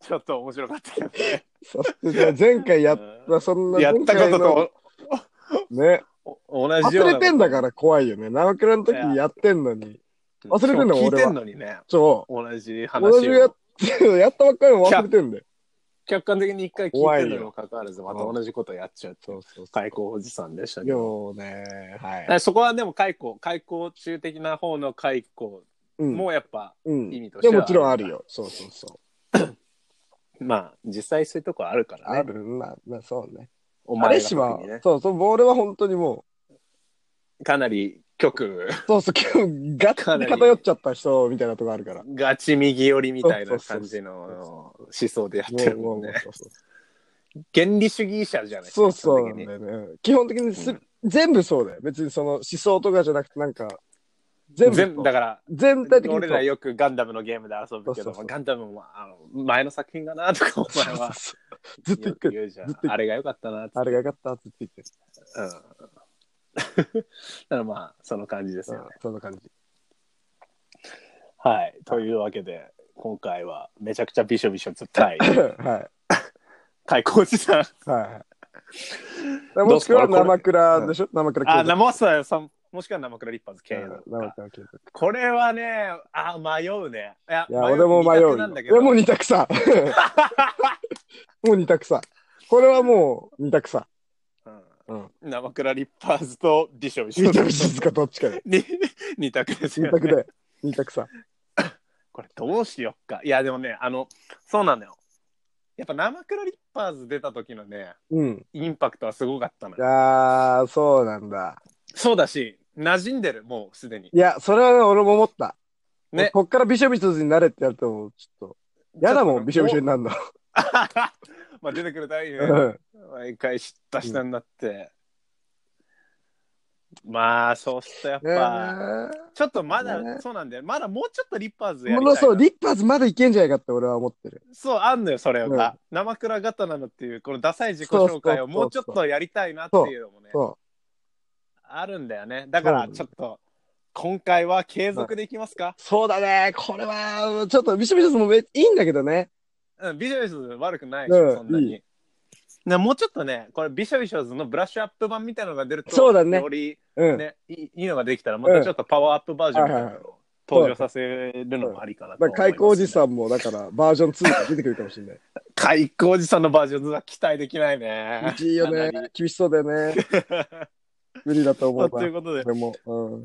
ちょっと面白かったけどね
そして前回やっ
う
た、そん
ん
な
やったことと
とね、
おお同じよ
忘
うな
れてんだから怖いよね。ナオキラの時やってんのに。忘れてんの
聞い
俺
て
は
んのにね
そ
同じ
う。同じ
話
や
を
っ やったばっかりも忘れてんだよ。
客観的に一回聞いてるのにもかかわらずま
いよ
た同じことやっちゃう
そ
と
うそうそう。
解雇おじさんでしたけど
ようね。はい。
えそこはでも解雇解雇中的な方の解雇
うん
もやっぱ、
うん
意味として
で
は
ももちろんあるよ。そうそうそう。
まあ実際そういうとこあるからね
ある、まあ、まあ、そうね。
お
彼
前が
氏は
特にね、
そうそう、ボールは本当にも
かなり曲
う、そうそう、今日、ガッ
かなり
て偏っちゃった人みたいなとこあるから。
ガチ右寄りみたいな感じ
そうそう
の思想でやってる
も
も
う、
ん
もう、もう
ね。
そうそう。
原理主義者じゃないです
そう
か。
そう
基
な
本的
んだ
に
よね。基本的にす、
うん
全部そうだよ。別にその思想とかじゃなくて、なんか、全部、
全部だから、
全体的に
俺ら
そう。
よくガンダムのゲームで遊ぶけ
そ
ど、
うそうそう
ガンダムもあの前の作品がなとか、お前は
そうそうそう ず
よ
っと言って
く
る。
言うじゃん
ずっと言って。る
あれが良かったなって。
あれがよかったって言ってる。
うん。 だからまあ、その感じですよね。
うんそんな感じ。
はい。というわけで、今回はめちゃくちゃびしょびしょつ ったい。
は
開口時 さん。
い。はい。もしくは生クラでしょ生クラ
あ、
継続
生さん、もしくは生倉立派
う
ズ
ん
継
生
続
クラ継続
これはね、あ、迷うね。いや、
いや、俺も迷
二択
うよ。
なんだ
い
けど
や、もう二択 さ。もう二択さ。これはもう二択さ。
うん生倉リッパーズとビショビショ。
ゆうちゃみ静かどっちかで。
に 二択です
二
よ、
択
ね。
で。二択さ。
これどうしよっか。いや、でもね、あの、そうなのよ。やっぱ生倉リッパーズ出た時のね、
うん。
インパクトはすごかったの
い
よ。
やー、そうなんだ。そう
そうだし、馴染んでる、もうすで に。
いや、それはね、俺も思った。
ね
ね。こっからびしょびしょになれってやると、もうちょっと。やだもん、びしょびしょに
に。
なるの。
まあ出てくるたびにね、
うん
毎回知った下になって。まあ、そうするとやっぱ、
ね
ちょっとまだ、
ね
そうなんだよ。まだもうちょっとリッパーズ
え
やりたいな。
もうそう、リッパーズまだいけんじゃないかって俺は思ってる。
そう、あんのよ、それが。生倉刀のっていう、このダサい自己
そ
紹
うそう
介
そ
を
う
もうちょっとやりたいなっていうのもね、
そ
あるんだよね。だから、
そう
ちょっと、今回は継続でいきますか
う。そうだね。これは、ちょっとびしょびしょもめいいんだけどね。
うん、ビショビショズ悪くないし、
うん
そんなに。ね、もうちょっとね、これ、ビショビショズのブラッシュアップ版みたいなのが出ると、
そうだね
より、
うん。
ねいい、いいのができたら、またちょっとパワーアップバージョンみたいなのを登場させるのもありかなと
だ
思い
か
ま
ら
す、
開口おじ
ん。
さんも、だから、バージョン2が出てくるかもしれない。
開口おじさんのバージョンズは期待できないね
厳。しいよね
かな。
厳しそうだよ ね。無理だと思う
という
な。
ことで
こ、れも、う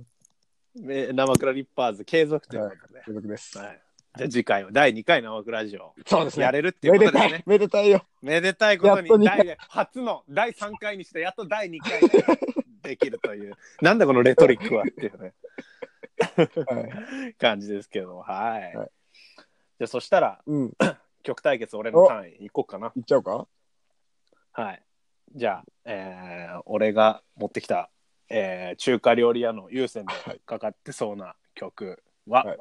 ん、
えー生倉リッパーズ継続ということで、
継続です。
はいじゃあ次回は第2回生倉ラジオ
そうです
や
ね。
れるっていう
め
こ
で
とです
たい
ね、
めでた いよ。
めでたいことに
やっと二回
第初の第3回にしてやっと第2回 でできるというなんだこのレトリックはっていうね
はい。
感じですけどもはい、
はい
じゃあそしたら
うん。
曲対決俺の単位いこうかない
っちゃおうか
はいじゃあ、えー俺が持ってきた、えー中華料理屋の優先でかかってそうな曲は、
はい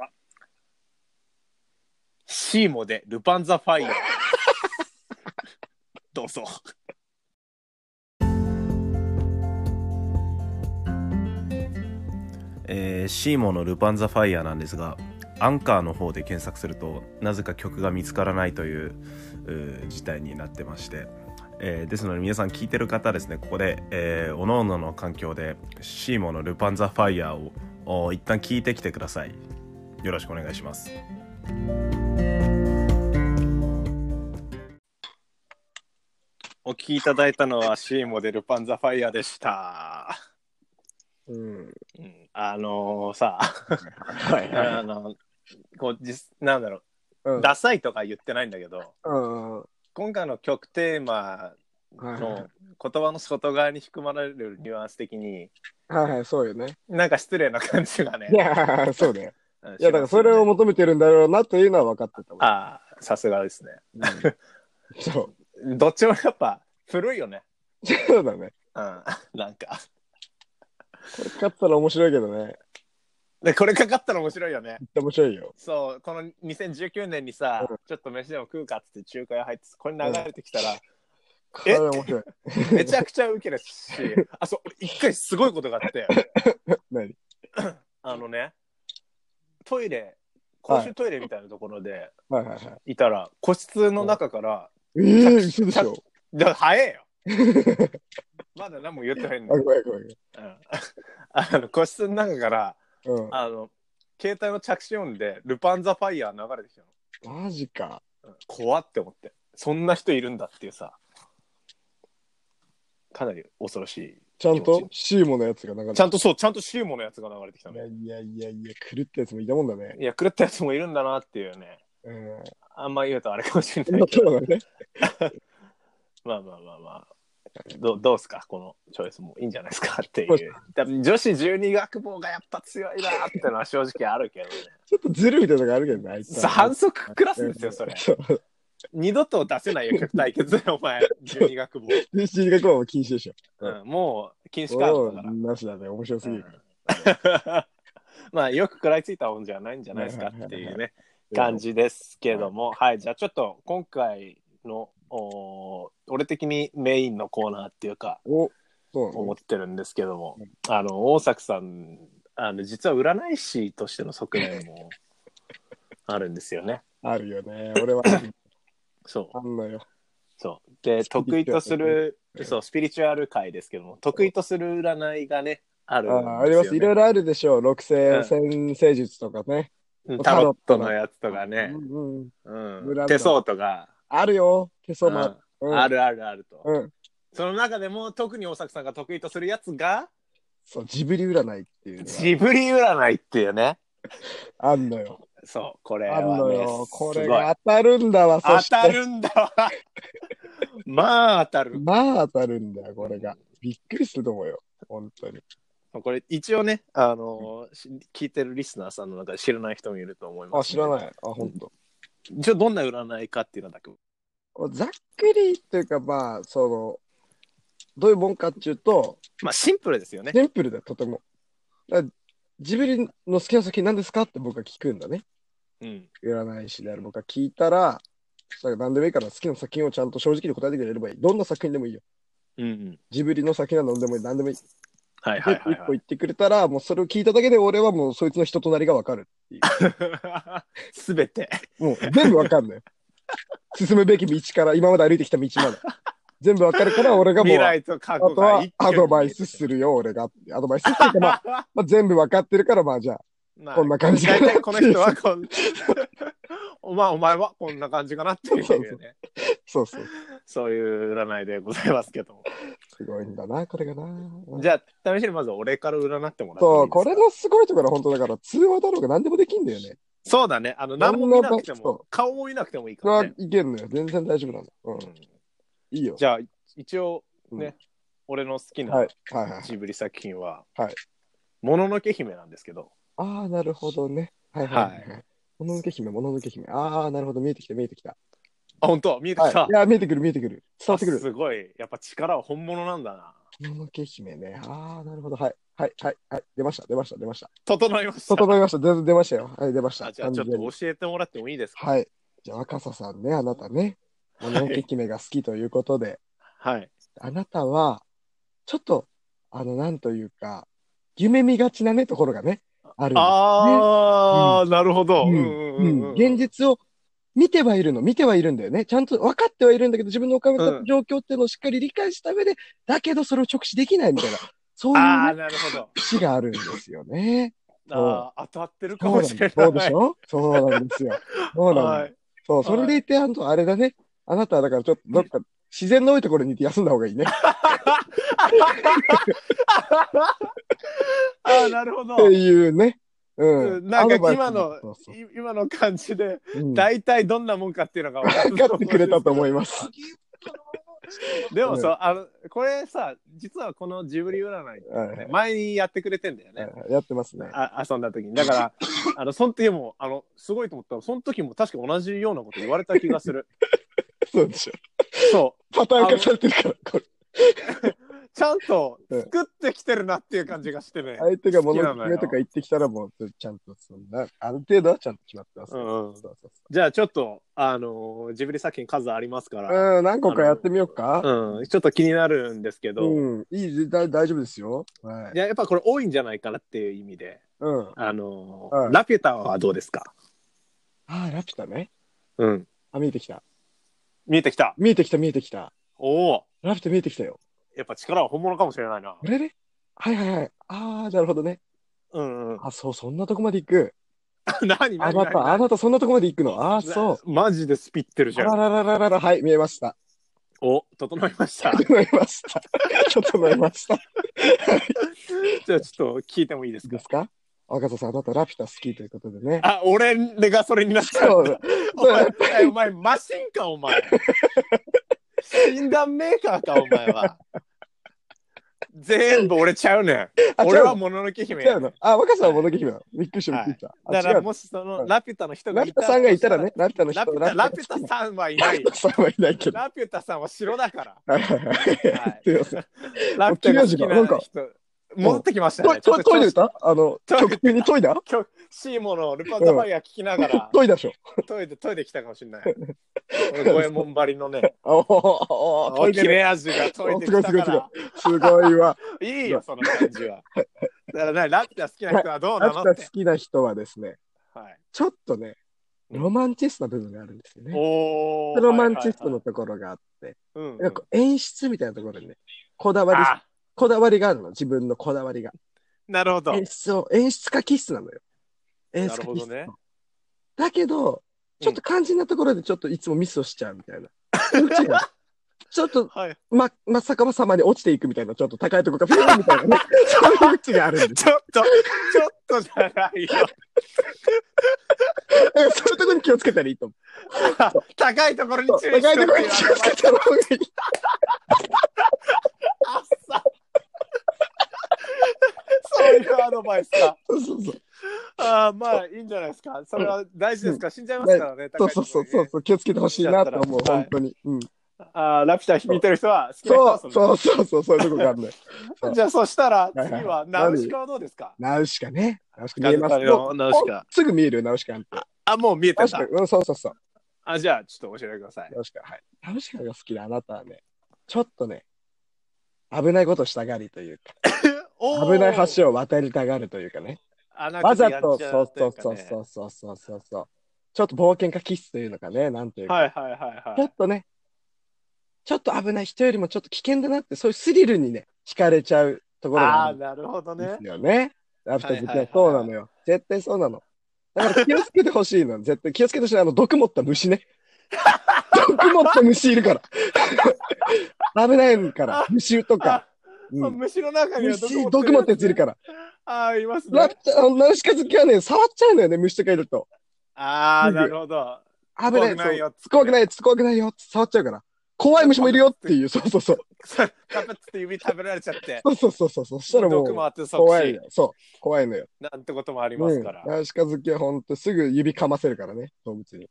シーモでルパンザファイア どうぞ
えー、シーモの「ルパン・ザ・ファイヤー」なんですがアンカーの方で検索するとなぜか曲が見つからないといううー事態になってまして、えーですので皆さん聞いてる方はですねここで、えー、おのの環境でシーモの「ルパン・ザ・ファイヤーを」お一旦聞いてきてくださいよろしくお願いします
おお聞きいただいたのは C モデルパンザファイヤーでした。
うん。
うんあのーさ、
は い
あの、こう、実なんだろ
う
う、
ん。
ダサいとか言ってないんだけど、
うん。は
今回の曲テーマ
いはい
の言葉の外側に含まれるニュアンス的に、
はいはい、そうよね。
なんか失礼な感じがね
い。や、そう ね。
うん
いや、だからそれを求めてるんだろうなというのは分かってた わ。
ああ、さすがですね。
そ
どっちもやっぱ古いよね。
う。 そうだね。
うん、 なんか。
これ勝ったら面白いけどね。
で、これかかったら面白いよね。
面白いよ。
そう、この2019年にさ、ちょっと飯でも食うかっつって中華屋入って、これ流れてきたら、
これ面白い。
めちゃくちゃウケるし、あ、そう、俺一回すごいことがあって、
何
あのね、トイレ、公衆トイレみたいなところで
はいはいはい
たら、個室の中から、
い。ええ嘘でしょ。
だから早えよ。 まだ何も言ってないんだ
あ、ごめんごめん。
あの個室の中から、
うん。
あの、携帯の着信音で、ルパンザファイヤー流れてきたの。
マジか。
怖って思って。そんな人いるんだっていうさ。かなり恐ろしい。
ちゃんとシーモのやつが流れ
ちゃ
て
んとそう、ちゃんとシーモのやつが流れてきた
いや
ね。
いやいやいや、狂ったやつもいたもんだね。
いや、狂ったやつもいるんだなっていうね。
うん。
あんま言うとあれかもしれない
まあ
け
そう
ど。
だね。
まあまあまあまあ。どどうすかこのチョイスもいいんじゃないですかっていう。多分女子12学坊がやっぱ強いなってのは正直あるけどね。
ちょっとずるみたいなのがあるけどね、あいつ
さ反則クラスですよ、それ。
そう。
二度と出せないよ、曲 対決で、お前、12学坊。
で、進学はもう禁止でしょ。
うん、もう禁止カード
お
だ
う
から。
なしだね。面白すぎる。
まあよく食らいついたもんじゃないんじゃないですかっていうね感じですけども、はい、じゃあちょっと今回のおー俺的にメインのコーナーっていうか
お、そうな
思っ
の
てるんですけども、あの大作さんあの実は占い師としての側面 もあるんですよね。
あるよね。俺はあ
そうん
のよ。
そうで得意とする
うん
そうスピリチュアル界ですけども得意とする占いがねあるんですよ、ね
あ、あります。いろいろあるでしょう。六
う
星
ん
先星術とかね。
うんタ
タ
ロ
ロ
ッ
ッ
ト
ト
の
の
やつとかね、
うんうん。
う
ブ
ん、
ランド
手相とか、
あるよ。手相もある。
うん
うん
あ。るあるあると、
うん。
その中でも特に大作さんが得意とするやつが
そう、ジブリ占いっていうのが
ジブリ占いっていうね
あんのよ。
そうこれは
あんの
ね
よ。こ
す
れ
ごい
が当たるんだわ、そ
当
して。
たるんだわまあ当たる、
まあ当たるんだよ、これが。びっくりすると思うよ。本当に。
これ一応ね、あのーし聞いてるリスナーさんの中で知らない人もいると思い
あ、
ます
知
んで、
らない。あ、本当。
一応どんな占いかっていうのだけ
ざっくりっていうかまあそのどういうもんかっていうと
まあシンプルですよね
シンプルだよとてもだからジブリの好きな作品何ですかって僕は聞くんだね
うん
占い師である僕は聞いたらそしたら何でもいいから好きな作品をちゃんと正直に答えてくれればいいどんな作品でもいいよ
うんうん
ジブリの作品なのでもいい何でもいい
はい
で
はいはい、
一
は
個
い
言ってくれたらもうそれを聞いただけで俺はもうそいつの人となりが分かる
すべて
もう全部分かんのよ進むべき道から今まで歩いてきた道まで全部分かるから俺がもう
未来と過
あ
去
と
が
は
一挙
ア
に
ドバイスするよ、俺が。アドバイスっていう か、まあ、まあ、全部分かってるから、まあじゃあ、
まあ
こんな感じかな
大体この人はこ んお前お前はこんな感じかなっていうね
そうそうそうそう。
そういう占いでございますけども
すごいんだな、これがな。
じゃあ試しにまず俺から占ってもらっていいですか
そう、これのすごいところは本当だから、通話だろうが何でもできんだよね。
そうだねあの何も見なくて
そ
も
う
顔も見なくてもいい
そ
か
れ
らね、
はいけんのよ。全然大丈夫なの。うん。
う
いいよ
ん。じゃあ一応ね、
うん
俺の好き
は。
ない
はいはい。
ジブリ作品は
はい
「もののけ姫」なんですけど
ああ、なるほどね。はいはい。はいもののけ姫、もののけ姫。ああ、なるほど。見えてきた、見えてきた。
あ本当見えてきた、
はい。いや、見えてくる、見えてくる。伝わってく
あ
る。
すごいやっぱ力は本物なんだな
もののけ姫ね。ああ、なるほど。はい。はい、はい、はい。出ました、出ました、出ました。
整いました
整いました。全然出ましたよ。はい、出ました。
あじゃあちょっ
完全に
と教えてもらってもいいですか
はい。じゃあ、若狭さんね、あな たね、もののけ姫が好きということで、
はい
あなたは、ちょっと、あの、なんというか、夢見がちなね、ところがね、あるんです
ああ、なるほど。
う
うんうんん
う
うんん
現実を見てはいるの、見てはいるんだよね。ちゃんと分かってはいるんだけど、自分のおかめ
う
た
ん
状況っていうのをしっかり理解した上で、だけどそれを直視できないみたいな、そう
ああ、
いうね
なるほ
節があるんですよね。
ど。ああ、当たってるか
そう
も
なん
し
で
れ
す。
ない。
そうでしょそうなんですよ。そうなんです
は。い。
そう、それでいて、あんとあれだね。あなたはだからちょっとどっか自然の多いところにいて休んだ方がいいね。
あーなるほど
って。いうね。う。
うんんなんか
アドバイス
今の
そうそう、
い今の感じで、
うん
大体どんなもんかっていうのが分
分かってくれたと思います。
でもそう、あの、これさ、実はこのジブリ占いって
はい
ね、前にやってくれてんだよね。
はいやってますね。
あ遊んだ時にだから あのその時もあのすごいと思ったのその時も確か同じようなこと言われた気がす る
そうでしょ。
そ
パターン化されてるから、これ。
うちゃんと作ってきてるなっていう感じがしてね、
相手が物
好きなの
決
よ
めとか言ってきたらもう、ちゃんとそんな、ある程度はちゃんと決まってます。
う
そうん
うん
そうそう
じゃあちょっとあのージブリ作品数ありますから、
うん、何個かやってみようか。
うんちょっと気になるんですけど、
うん、いい、だ大丈夫ですよ。はい
い。ややっぱこれ多いんじゃないかなっていう意味で
うん。あ
あのー
はい
ラピュタはどうですか
あ、ラピュタね。
うん
あ、見えてきた。
見えてきた
見えてきた、見えてきた。
おお
ラピュタ見えてきたよ。
やっぱ力は本物かもしれないな
これね。はいはいはい。ああ、なるほどね。
うんうん
あ、そう、そんなとこまで行く。
何何
あ
何
なた、あなた、そんなとこまで行くの。ああ、
何
そう。
マジでスピってるじ
あ
ゃん
らららららら、はい、見えました。
お、整いま した。
整いました。整いました。い
じゃあちょっと聞いてもいいです
い
か
ですか若狭さん、あなたラピュタ好きということでね。
あ、俺がそれになった。
そう、
お前、お前マシンか、お前。診断メーカーか、お前は。全部俺ちゃうねん。
あ
俺は
違う
もののけ姫
違
やね
う
ん。
の。あ、若さんはものけ姫なの。びっくりした、びっくりした。あ
だか
違
ら
うの
もしその
ん
ラピュタの人が
ラ
い
ピュ
た
タさんがいたらね、ラピュタの人
ラピュタ、ラピュタさんはいな
ラ
い
ピュ。タさんはいないけど。
ラピュタさんは城だから。
はいはいはい。 すいません。
ラピュタが好きな人。戻ってきました
ト
ね。
イトイトイレ歌あの、
トイレ
曲急にトイだ
曲シーモのルパンザファイア聞きながら、
トイだでしょ。
トイレ、トイレ来たかもしれない。五右衛門張りのね、
あおーおートイ
切
レ。
れ味がトイレ来たから。
すごいわ。
いいよ、 その感じは。だからな、ラピュタ好きな人はどうな
ラ
の
ピ
っ
ュ
て
タ。好きな人はですね、
はい、
ちょっとね、ロマンチストな部分があるんですよね。
おー
ロマンチストのところがあって、
はいはいはいうん
なんかこう演出みたいなところにね、こだわり、
あ
こだわりがあるの、自分のこだわりが。
なるほど。
演出を、演出家気質なのよ。演
な
出
るほ
家気
ど
質。
ね。
だけど、ちょっと肝心なところでちょっといつもミスをしちゃうみ たいな。そういう違いちょっと、
はい。
ま、まさかまさまに落ちていくみたいな、ちょっと高いとこから、ふーみたいなね。 そういう位置があるんです。
ちょっと、ちょっとじゃないよ。
だから そういうところに気をつけたらいいと思う。
高いところに注意
高いところに気をつけたらいい。
あっさ。そういうアドバイスか。
そうそうそう。
ああ、まあいいんじゃないですか。それは大事ですか。死んじゃいま
ね
すからね。
そ
高
う
いと
そう
こ
そ
ろにね
うそうそう、気をつけてほしいなと思う、
はい
本当に。うん。
ああ、ラピュタ見てる人は好きな人
そ
は
う
その
そうそうそう、そういうとこがあるのよ。そう
じゃあそしたら
いはい
次はナウシカはどうですか
ナウシカね。ナウシカ見えます
ガンタロウのナウシカ
おすぐ見えるよ、ナウシカなんて。
あ、もう見えて
ナウシカ、
た。
うん、そうそうそう。
あ、じゃあちょっと教えてください。
ナウシカ、はい。ナウシカが好きなあなたはね、ちょっとね、危ないことしたがりというか、
おー
危ない。橋を渡りたがるというかね。
穴
わ
くじ
ざ
やっ
と、
ちゃ
そう
とい
そうう
か
そう
ね
そうそうそうそうそう。ちょっと冒険家気質というのかね、なんていうか。
はいはいはい
ちょ
はい
っ。とね、ちょっと危ない人よりもちょっと危険だなって、そういうスリルにね、惹かれちゃうところが
あ
あ
あ、
るん
なるほど
で
ね
す。よね。ラピュタ絶
はいはいはいはい
対そうなのよ。絶対そうなの。だから気をつけてほし いの。絶対気をつけてほしいの。あの、毒持った虫ね。 毒持った虫いるから。危 ないから、虫とか。
あ、
うん
あ虫の中には
虫、毒持ったやついるから。
ら。ああ、います
ラ
ね
ピ。ュタ、あの、ナウシカ好きはね、触っちゃうのよね、虫とかいると。
ああ、なるほど。
危ない。
怖くないよ
そう怖 くないやつ、怖くないよって触っちゃうから。怖い虫もいるよっていう、そうそうそう。
カプッて指食べられちゃって。
そうそうそうそう。そしたらも
毒
う
も。あって即
怖い
死
よ。そう。怖いのよ。
なんてこともありますから
うん。。ナウシカ好きはほんとすぐ指かませるからね、動物に。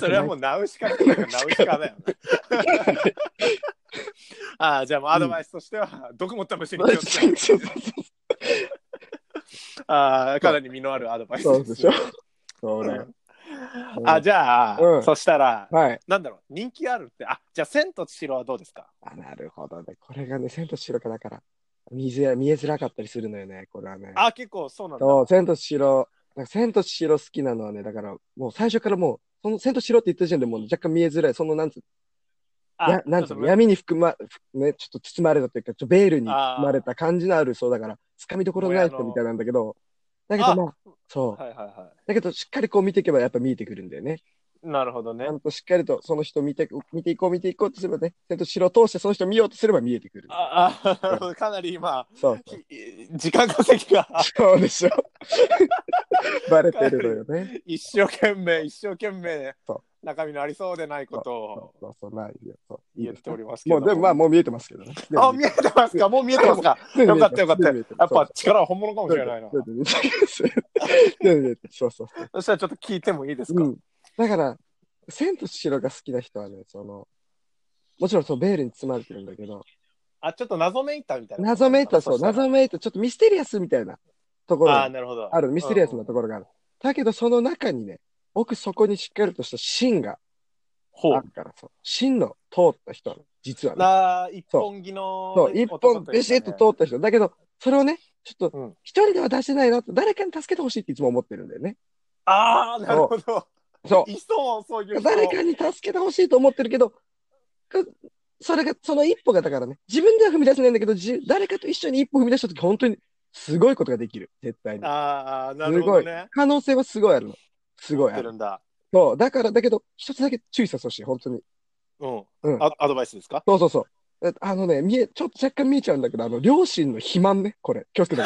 それはも
う。
うナウシカだからナウシカだよ ね。ああ、じゃあもうアドバイスとしては、毒持った虫に気をつけて
そう
ああ、かなり身のあるアドバイス
そうでしょ。そううんね。
あ、じゃあ、
うん
そしたら、
はい。
なんだろう、人気あるって、あ、じゃあ、千と千尋はどうですか
あ、なるほどね。これがね、千と千尋かだから。見づら見えづらかったりするのよね、これはね。
あ、結構そうなんだ。
そう、千と千尋。なんか千と千尋好きなのはね、だからもう最初からもう、その千と千尋って言った時点でもう若干見えづらい、そのなんつう、
あ
やなんつ
ち
う
ょっ
の、
と
闇に含ま、ふね、ちょっと包まれたというか、ちょっとベールに
あー
包まれた感じのある、そうだから、つかみどころのない
もうあ
人
の
みたいなんだけど、だけど
あ
まあ、そう。
はいはいはい。
だけど、しっかりこう見ていけばやっぱ見えてくるんだよね。
なるほど
ち
ね
ゃ。んとしっかりとその人見て、見ていこう見ていこうとすればね、ちゃんと城を通してその人見ようとすれば見えてくる。
ああ、 かなり今、
そう。
ひ時間稼ぎが
そうでしょ。バレてるのよね。
一生懸命、一生懸命
そ、
中身のありそうでないこと
そ
を
うそうそう、ないよ。そういい
言っ
です
ておりますけ
も
ど。
う、でもまあ、もう見えてますけどね。
あ、見えてますかもう見え てますか
え
よかったよかった。やっぱ力は本物か
か
もしれないな。
そうそうそう。
そしたらちょっと聞いてもいいですか
うん、だから、千と千尋が好きな人はね、その、もちろんそうベールに包まれてるんだけど、
あ、ちょっと謎めいたみたいな。
謎めいた、そう、
したら
謎めいた、ちょっとミステリアスみたいなところ
あ
が
ーなるほど。
ある、ミステリアス
うん
なところがある。だけど、その中にね、奥底にしっかりとした芯が
ほ
あ
う
る。から、そう芯の通った人なの実はね。
な一本木の。
そう、一本ビシッと通った人。だけど、それをね、ちょっ
うん
と、一人では出せないなと、誰かに助けてほしいっていつも思ってるんだよね。
ああ、なるほど。
そ
いそう、そういう
う。
人。
誰かに助けてほしいと思ってるけど、かそれが、その一歩がだからね、自分では踏み出せないんだけど、じ誰かと一緒に一歩踏み出したとき、本当にすごいことができる。絶対に。
ああ、なるほどね。
可能性はすごいあるの。すごい
やっ
あ
て
る。
るんだ。
そう。だから、だけど、一つだけ注意させてほしい、本当に。
うん。
うん
あアドバイスです か
そうそうそう。あのね、見え、ちょっと若干見えちゃうんだけど、あの、両親の肥満ね、これ。気をつけて。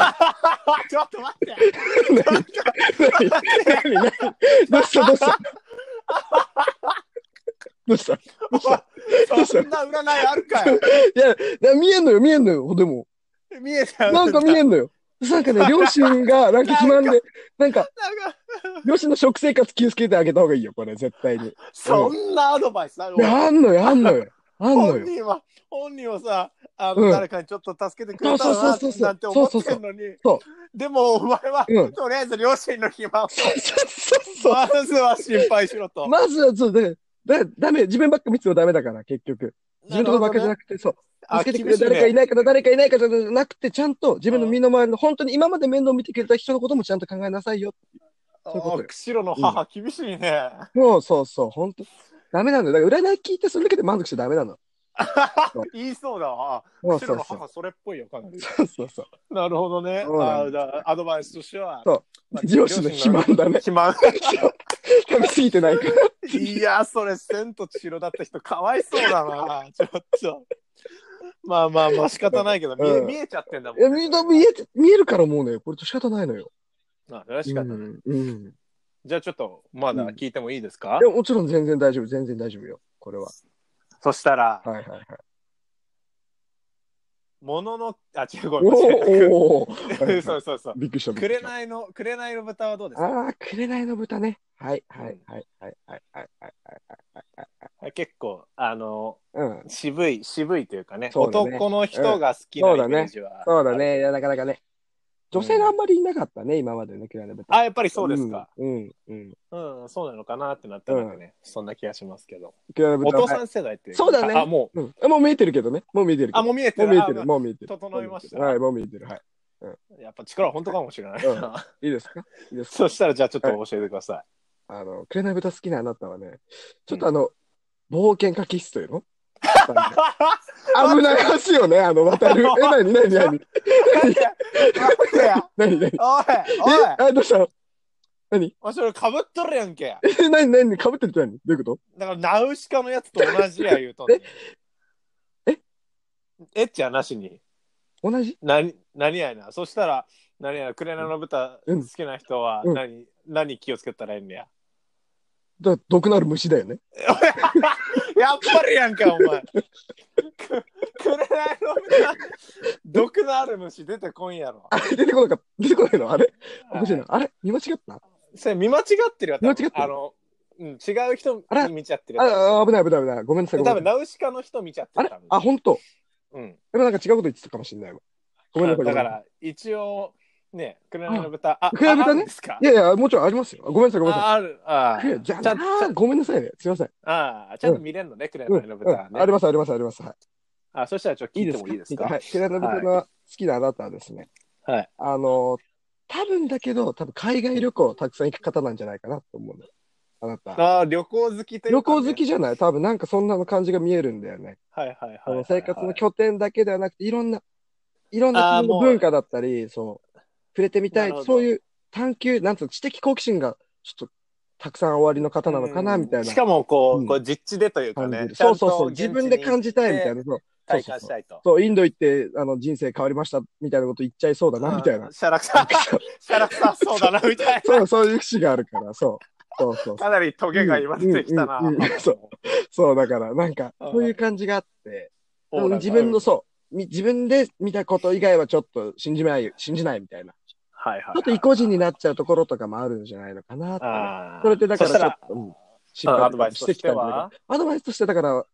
ちょっと待って。
何何何何どうしたどうしたどうしたい
そんな占いあるかよ。
やいや、見えんのよ、見えんのよ、でも。
見えた。
なんか見えんのよ。なんか ね、両親が、なんか肥満で、なんか、
なんか
両親の食生活気をつけてあげた方がいいよ、これ、絶対に。い
そんなアドバイスある。
や、あんのよ、あんのよ。あんの
本
よ。
人は、本人はさ、あの、
うん
誰かにちょっと助けてくれたらな
そうそうそうそう
なんて思ってんのに。
そう
でも、お前は、
うん
とりあえず両親の肥満を、
そうそうそうそう。
まずは心配しろと。
まずは、そう、だからだ、だめ、自分ばっか見ててもダメだから、結局。自分のことばっかじゃな
くて、
くて、そう。
あ
助けてくれる誰か
厳し
い
いね
ないかな、誰かいないかじゃなくて、ちゃんと自分の身の回りの、本当に今まで面倒見てくれた人のこともちゃんと考えなさいよ。
あ
そういうことよ
釧路の母、厳しいね。
もうそうそう、本当ダメなのよ。だから占い聞いてそれだけで満足しちゃダメなの。う
言いそうだわ。
そう
釧路
そう
の
そう。
母、それっぽいよ、かなり。
そうそうそう。
なるほどね。
そうなん
あ
ですよ
だアドバイスとしては。
そう
まあ
上司の肥満だね。
肥満。
食べ過ぎてない から。
いや、それ、千と千尋だった人、かわいそうだな、 ちょっと。まあまあまあ、仕方ないけど、見え
うん
見えちゃってんだも
い
ん、
や、みんな見えて、見えるからもうね、これ仕方ないのよ。
まあ確かに、
うん。うん。
じゃあちょっと、まだ聞いてもいいですか、
いや、もちろん全然大丈夫、全然大丈夫よ。これは。
そしたら、
はい はいはい。
ものの、あ、違う、ごめん間違え
おお
たく そうそうそう。
びっくりした。びっくりした。
紅の、紅の豚はどうですか
ああ、紅の豚ね。はいはいはいはいはいはいはいはいはい。
結構、あの、
うん。
渋い、渋いというかね、
そうだね
男の人が好きな
うん
イ
そうだね
メージは、
そうだ。ね。いや、なかなかね。女性があんまりいなかったね、今までね、クラネ
あ、やっぱりそうですか。。
うん、うん。
うん、そうなのかなってなったらね、そんな気がしますけど。
クラネ
お父さん世代っていか
そうだね
あ、もう、
うん。あもう見えてるけどね。もう見えてるけど。
あ、もう見えて
もう
る。
見えて
あ
る、もう見えてる。
整いました
はい、もう見えてる。はい。
やっぱ力は本当かもしれない。
うんいいですかいいですか
そしたら、じゃあちょっと教えてください。
あの、クレナブタ好きなあなたはね、ちょっとあの、冒険家気質というの 危ない橋よね、あの、渡る。え、なになになに
待ってや
なになに
おい
え、あ、どうしたの
おいそれかぶっとるやんけ
え、なになにかぶってるって何どういうこと
だからナウシカのやつと同じや言うとんねん
え
えっちゃなしに
同じ
何何やいなそしたら何や紅の豚好
うん
きな人は
うん
何、何気をつけたらいいんねや
だ毒のある虫だよね。
やっぱりやんかお前く紅の豚毒のある虫出てこんやろ
あれ出てこなかった。出てこないのあれおかしいな。あれ見間違った
それ見間違ってるよ多分
見間違ってる
あの、うん、違う人
あら
見ちゃってるよ多分
ああ、危ない危ない危ない。ごめんなさい。
多
ごめ
分
んなさい
ナウシカの人見ちゃって
あ
る
れ
多分
あ、本当。
うん
でもなんか違うこと言ってたかもしれないわ。ごめんなさい。
だか
ごめんなさ
ら一応ね紅の豚あ
紅の
ああ
豚ね
るんですか
い。いやいや、もちろんありますよ。ごめんなさい、ごめんなさ
ああるあ
い。いやじゃあ
ちゃん
なあごめんなさいね。すいません。
あーちゃんと見れるのね紅
うん
の豚
うんあり
ね
ます、あります、あります。はい
あそしたらちょっと聞いてもいいです
聞は
か
い。平野豚の好きなあなたはですね、
はい
あの、多分だけど、多分海外旅行たくさん行く方なんじゃないかなと思うの。あなた。
あー旅行好きとい
旅
うか
行
ね
好きじゃない多分なんかそんなの感じが見えるんだよね。
はいはいはいはい
あ
は
の
い
生活の拠点だけではなくて、いろんな、いろんな
あー
国の
もう
文化だったり、そう、触れてみた
ないるほ、ど
そういう探求、なんつうの、知的好奇心がちょっとたくさんおありの方なのかな、みたいな
しかもこう,、
うん
こう実地でというか
感じ
ね
る。そうそうそう。
ちゃ
自
んと
分で感じたいみたい
現地に行って
な。そう
体感したいと
そう、インド行って、あの、人生変わりました、みたいなこと言っちゃいそうだな、みたいな
うん。シャラクさシャラクさそうだなみたい
そう、そういう節があるから、そう。そうそう
な。。かなりトゲが言われてきたな
うんうんうんうんそうそう、だから、な んか、
うん
そういう感じがあって、
オーラが
自分のそう、み自分で見たこと以外はちょっと信じない、信じないみたいな。ち
はいはい
ょっと意固地になっちゃうところとかもあるんじゃないのかなってね、
あー
それってだから
そ
ち
した
ょ
ら
っと、うんしっ
うん
か
アドバイ
り
ス
し
と
て
し
き
て
たんだけど
は、
アドバイスとしてだから、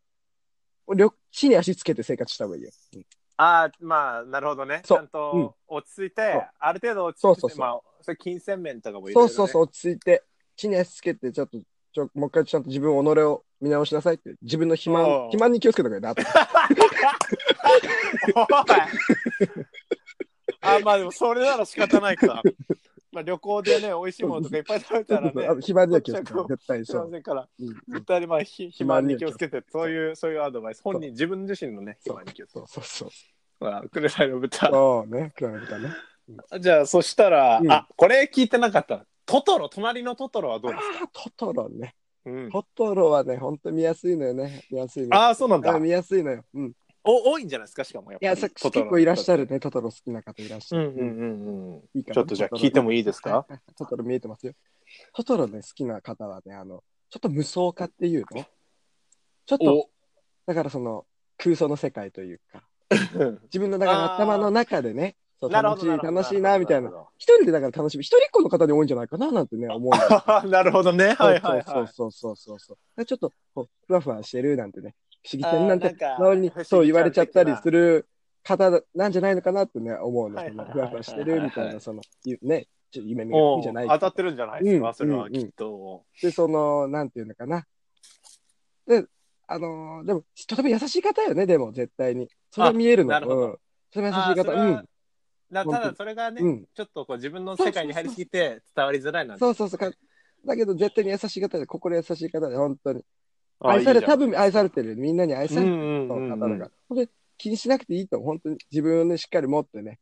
緑地に足つけて生活した方がいいよ。うん
ああ、まあ、なるほどね。ち
そう
ゃんと落ち着いて、
そう
ある程度落ち着い
そう
て、
そうそう
まあ、それ金銭面とかもいろい
そ
ろ、
う
ね。
そうそう、落ち着いて、地に足つけて、ちょっと、ちょもう一回ちゃんと自分、己を見直しなさいって、自分の肥満
おう、
肥満に気をつけた方がい いなと。
おいあ、まあでも、それなら仕方ないか。まあ、旅行でね、美味しいものとかいっぱい食べたらね、
肥満には気をつ けて、絶対
すい
そ
ま
う。
せんから、
うん
絶対にまあ、ひ肥満に気をつけて、そういう、そういうアドバイス。本人、自分自身のね、
そう
肥満に気をつけ
そうそうそう。
て。まあ、くれないの豚。
そうね、比べたね。
じゃあ、そしたら、
うん
あ、これ聞いてなかった。トトロ、隣のトトロはどう
あ
ですか
あ、トトロね。
うん。
トトロはね、ほんと見やすいのよね。見やすいの。
ああ、そうなんだ
あ。見やすいのよ。うん。い
お多いんじゃないですかしかもやっぱり
や、さ
ト
結
トロ
構いらっしゃるね、トトロ好きな方いらっし
う
ゃ
ん
る。
うんうんうん
いいかな
ちょっとじゃあ聞いてもいいですか
トトロトトロ見えてますよ。トトロね、好きな方はね、あの、ちょっと無双化っていうのちょっと、
お
だからその、空想の世界というか、
うん
自分のだから
あー
頭の中でね、そう
なるほ
楽しい、
どなるほど
楽しいな、みたいな
る。ほ
一人でだから楽しみ、一人っ子の方に多いんじゃないかな、なんてね、思うんだよ
ど なるほどねはいはい
そう
はい
そうそうそうそうそう。ちょっとこうふわふわしてるなんてね、不思議
あー
線なん
な
て
んか
周りに
不思議
そう言われちゃった
ち
り
ゃん的
する方なんじゃないのかなってね、思うの。
はい
その
はいは
ふ
い
わふわしてるみた
はい
い
は
な、その、ゆね、ちょっと夢見
お
る
う
じゃない
当たってるんじゃないです
う
か
ん
それは
うん
きっと
で、その、なんていうのかな。で、あのーでも、とても優しい方よね、でも、絶対に。それは見えるの。
あなるほど
うん。とても優し
あ
い
ーそ
方。
れ
う
は
ん。
なただそれが
う
ね
ん。
ちょっとこう自分の世界に入りすぎて伝わりづらいなんて
そうそうそう。かだけど、絶対に優しい方で、心優しい方で、本当に。
あ
愛され、
いいじゃ
多
ん
分愛されてる。みんなに愛されてる
うん
そ
うん
の
う
方
ん
々
うん
が。これ気にしなくていいと、本当に自分をね、しっかり持ってね、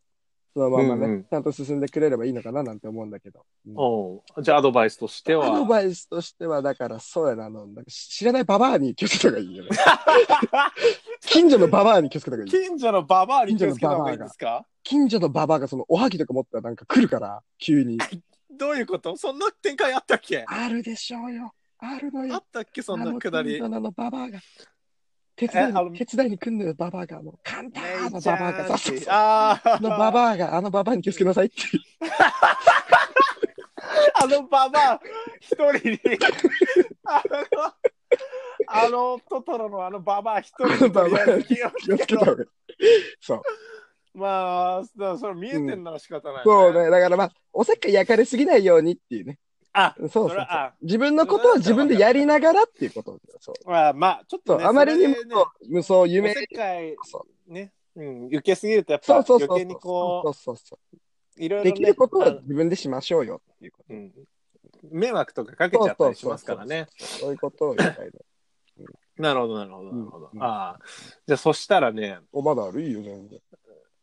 そのままね、
うんうん
ちゃんと進んでくれればいいのかななんて思うんだけど。
おうじゃあアドバイスとして
アド
は
バイスとしては、だから、そうやな、あの、なんか知らないババアに気をつけた方がいいよ ね。近所のババアに気をつけた方がいい。
近所のババアに気をつけた方がいいんですか
近所のババアがそのおはぎとか持ったらなんか来るから、急に。
どういうことそんな展開あったっけ
あるでしょうよ。あるの
あっ
よ。
たっけそん
あ
な
の
くだり
近所のあのババアが。手伝
えあ
い
の
に、手伝いに来んのよ、ババアが。あの、簡単なババアが。そうそうそう
ああ
あのババアが、あのババアに気をつけなさいっていう。
あのババア一人にあのあのトトロのあのババア一人にとりあえず気を
気を
つ
つ
け
けた
ろ
方がいい。そう。
まあだからそれ見えてんなら仕方ない、
そうね。だからまあ、おせっかい焼かれすぎないようにっていうね。
あ
そうそ
そ
う
れ
そう
はあ
自分のことは自分でやりながらっていうこと。そう。
まあまあちょっ
そ
と、
う
ね、
あまりにも
それでね
無双、夢
お。せっかい
そ
ねうん受けすぎるとやっ
そ
ぱ
うそうそう。
余計にこ
そうそうそう
いろいろね
できること
あ
は
の
自分でしましょうよっていうこ
うん、迷惑とかかけちゃったりしますからね
と。そういうことを言いたいの。
なるほどなるほどなるほど、
うん
ああじゃあそしたらね
お、まだあるいいよ、全然。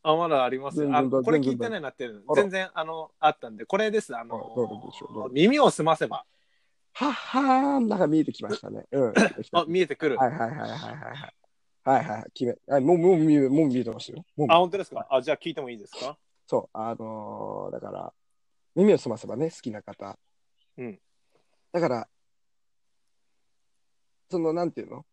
あ、まだあります。
全然
あの
だ
これ
全
聞
然
いてないなってる
あ。ら
全然、あの、あったんで、これです。あ
あどうぞ
の
どうぞどうぞ、
耳を澄ませば。
はっはーん、なんか見えてきましたね。うん。
あ、見えてくる。
はいはいはいはいはいはい。はいはい、決め。あもう、もう見え、もう見えてましたよ。もう見えてました
あ、本当ですか。あ、じゃあ聞いてもいいですか
そう、あのーだから、耳を澄ませばね、好きな方。
うん。
だから、その、なんていうの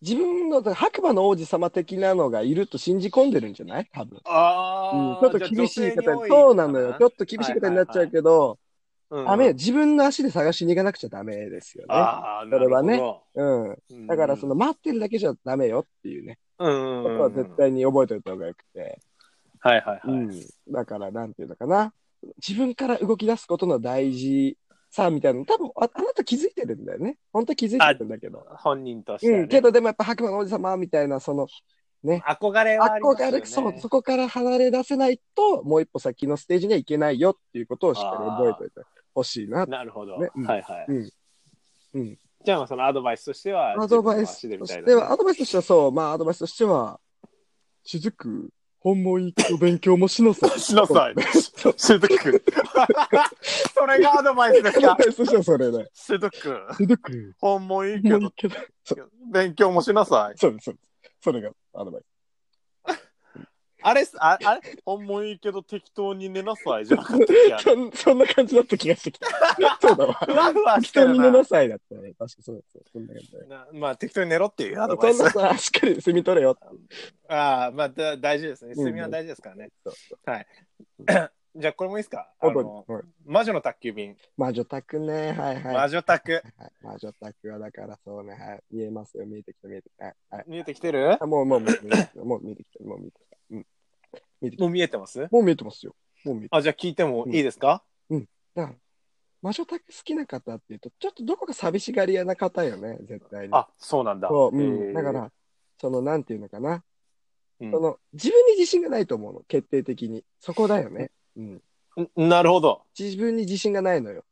自分の、だから白馬の王子様的なのがいると信じ込んでるんじゃない多分。うん
あ、
ちょっと厳しい方に、そうなのよ。ちょっと厳しい方になっちゃうけど、
と
ダメよ。自分の足で探しに行かなくちゃダメですよね。
ああ、
それはね
なるほ
うん。
ど。
だから、その、待ってるだけじゃダメよっていうね、
うん、
こ
うん。
とは絶対に覚えておいた方がよくて。
はいはいは
う
い。
ん、だから、なんていうのかな。自分から動き出すことの大事さみたいなの、多分ああなた気づいてるんだよね。本当は気づいてるんだけど。
本人として
う
はね
ん、けどでもやっぱ白馬の王子様みたいな、その、
憧れはありますよ
憧
ね。
れ、そう、そこから離れ出せないと、もう一歩先のステージにはいけないよっていうことをしっかり覚えておいてほし いな。
なるほど。は
ねうん
いはい
うんうん。
じゃあ、そのアドバイスとしては、
アドバイス
自分の
と
足
し
でみ
て
たい
は、
な
アドバイスとしてはそう、まあアドバイスとしては、気づく本もいいけど勉強もし なさい。
し なさい。習得。 それがアドバイスですか
そしたらそれね。
習得。
ひどく。
本もいいけ
もういい
ど、
けど。
勉強もしなさい。
そうです、そうです。それがアドバイ
あれっす、ああれ本もいいけど適当に寝なさいじゃなかったっけあ
ス。
れ
そんそんな感じだった気がしてきた。 そうだわ。
ふわふわして
人
る
に寝
な
な。さいだったね。確かそうです。そんな感じだね
なまあ適当に寝ろっていうアドバイ
そん
ス。
なさ、しっかり睡み取れよ。
ああ、まあだ大事ですね。
ん
睡眠は大事ですからね。
そう
はい。じゃあこれもいいですかあ
本当に
の。
はい
魔女の宅急便。
魔女宅ね。はいは
魔
い。
女宅。
はい魔女宅はだからそうね。はい。見えますよ。見えてきた、見えてきた。はいはい。
見えてきてる
あもう、もう、もう見えてきた、もう見えてきた。もう見えてきた。うん。
もう見えてます
もう見えてますよ。もう見えて
あ、じゃあ聞いてもいいですか、
だから、魔女宅好きな方っていうと、ちょっとどこか寂しがり屋な方よね、絶対に。
あ、そうなんだ。
そう、う
えー
ん。だか、ら、その、なんていうのかな。
うん
その、自分に自信がないと思うの、決定的に。そこだよね。うん。
んなるほど。
自分に自信がないのよ。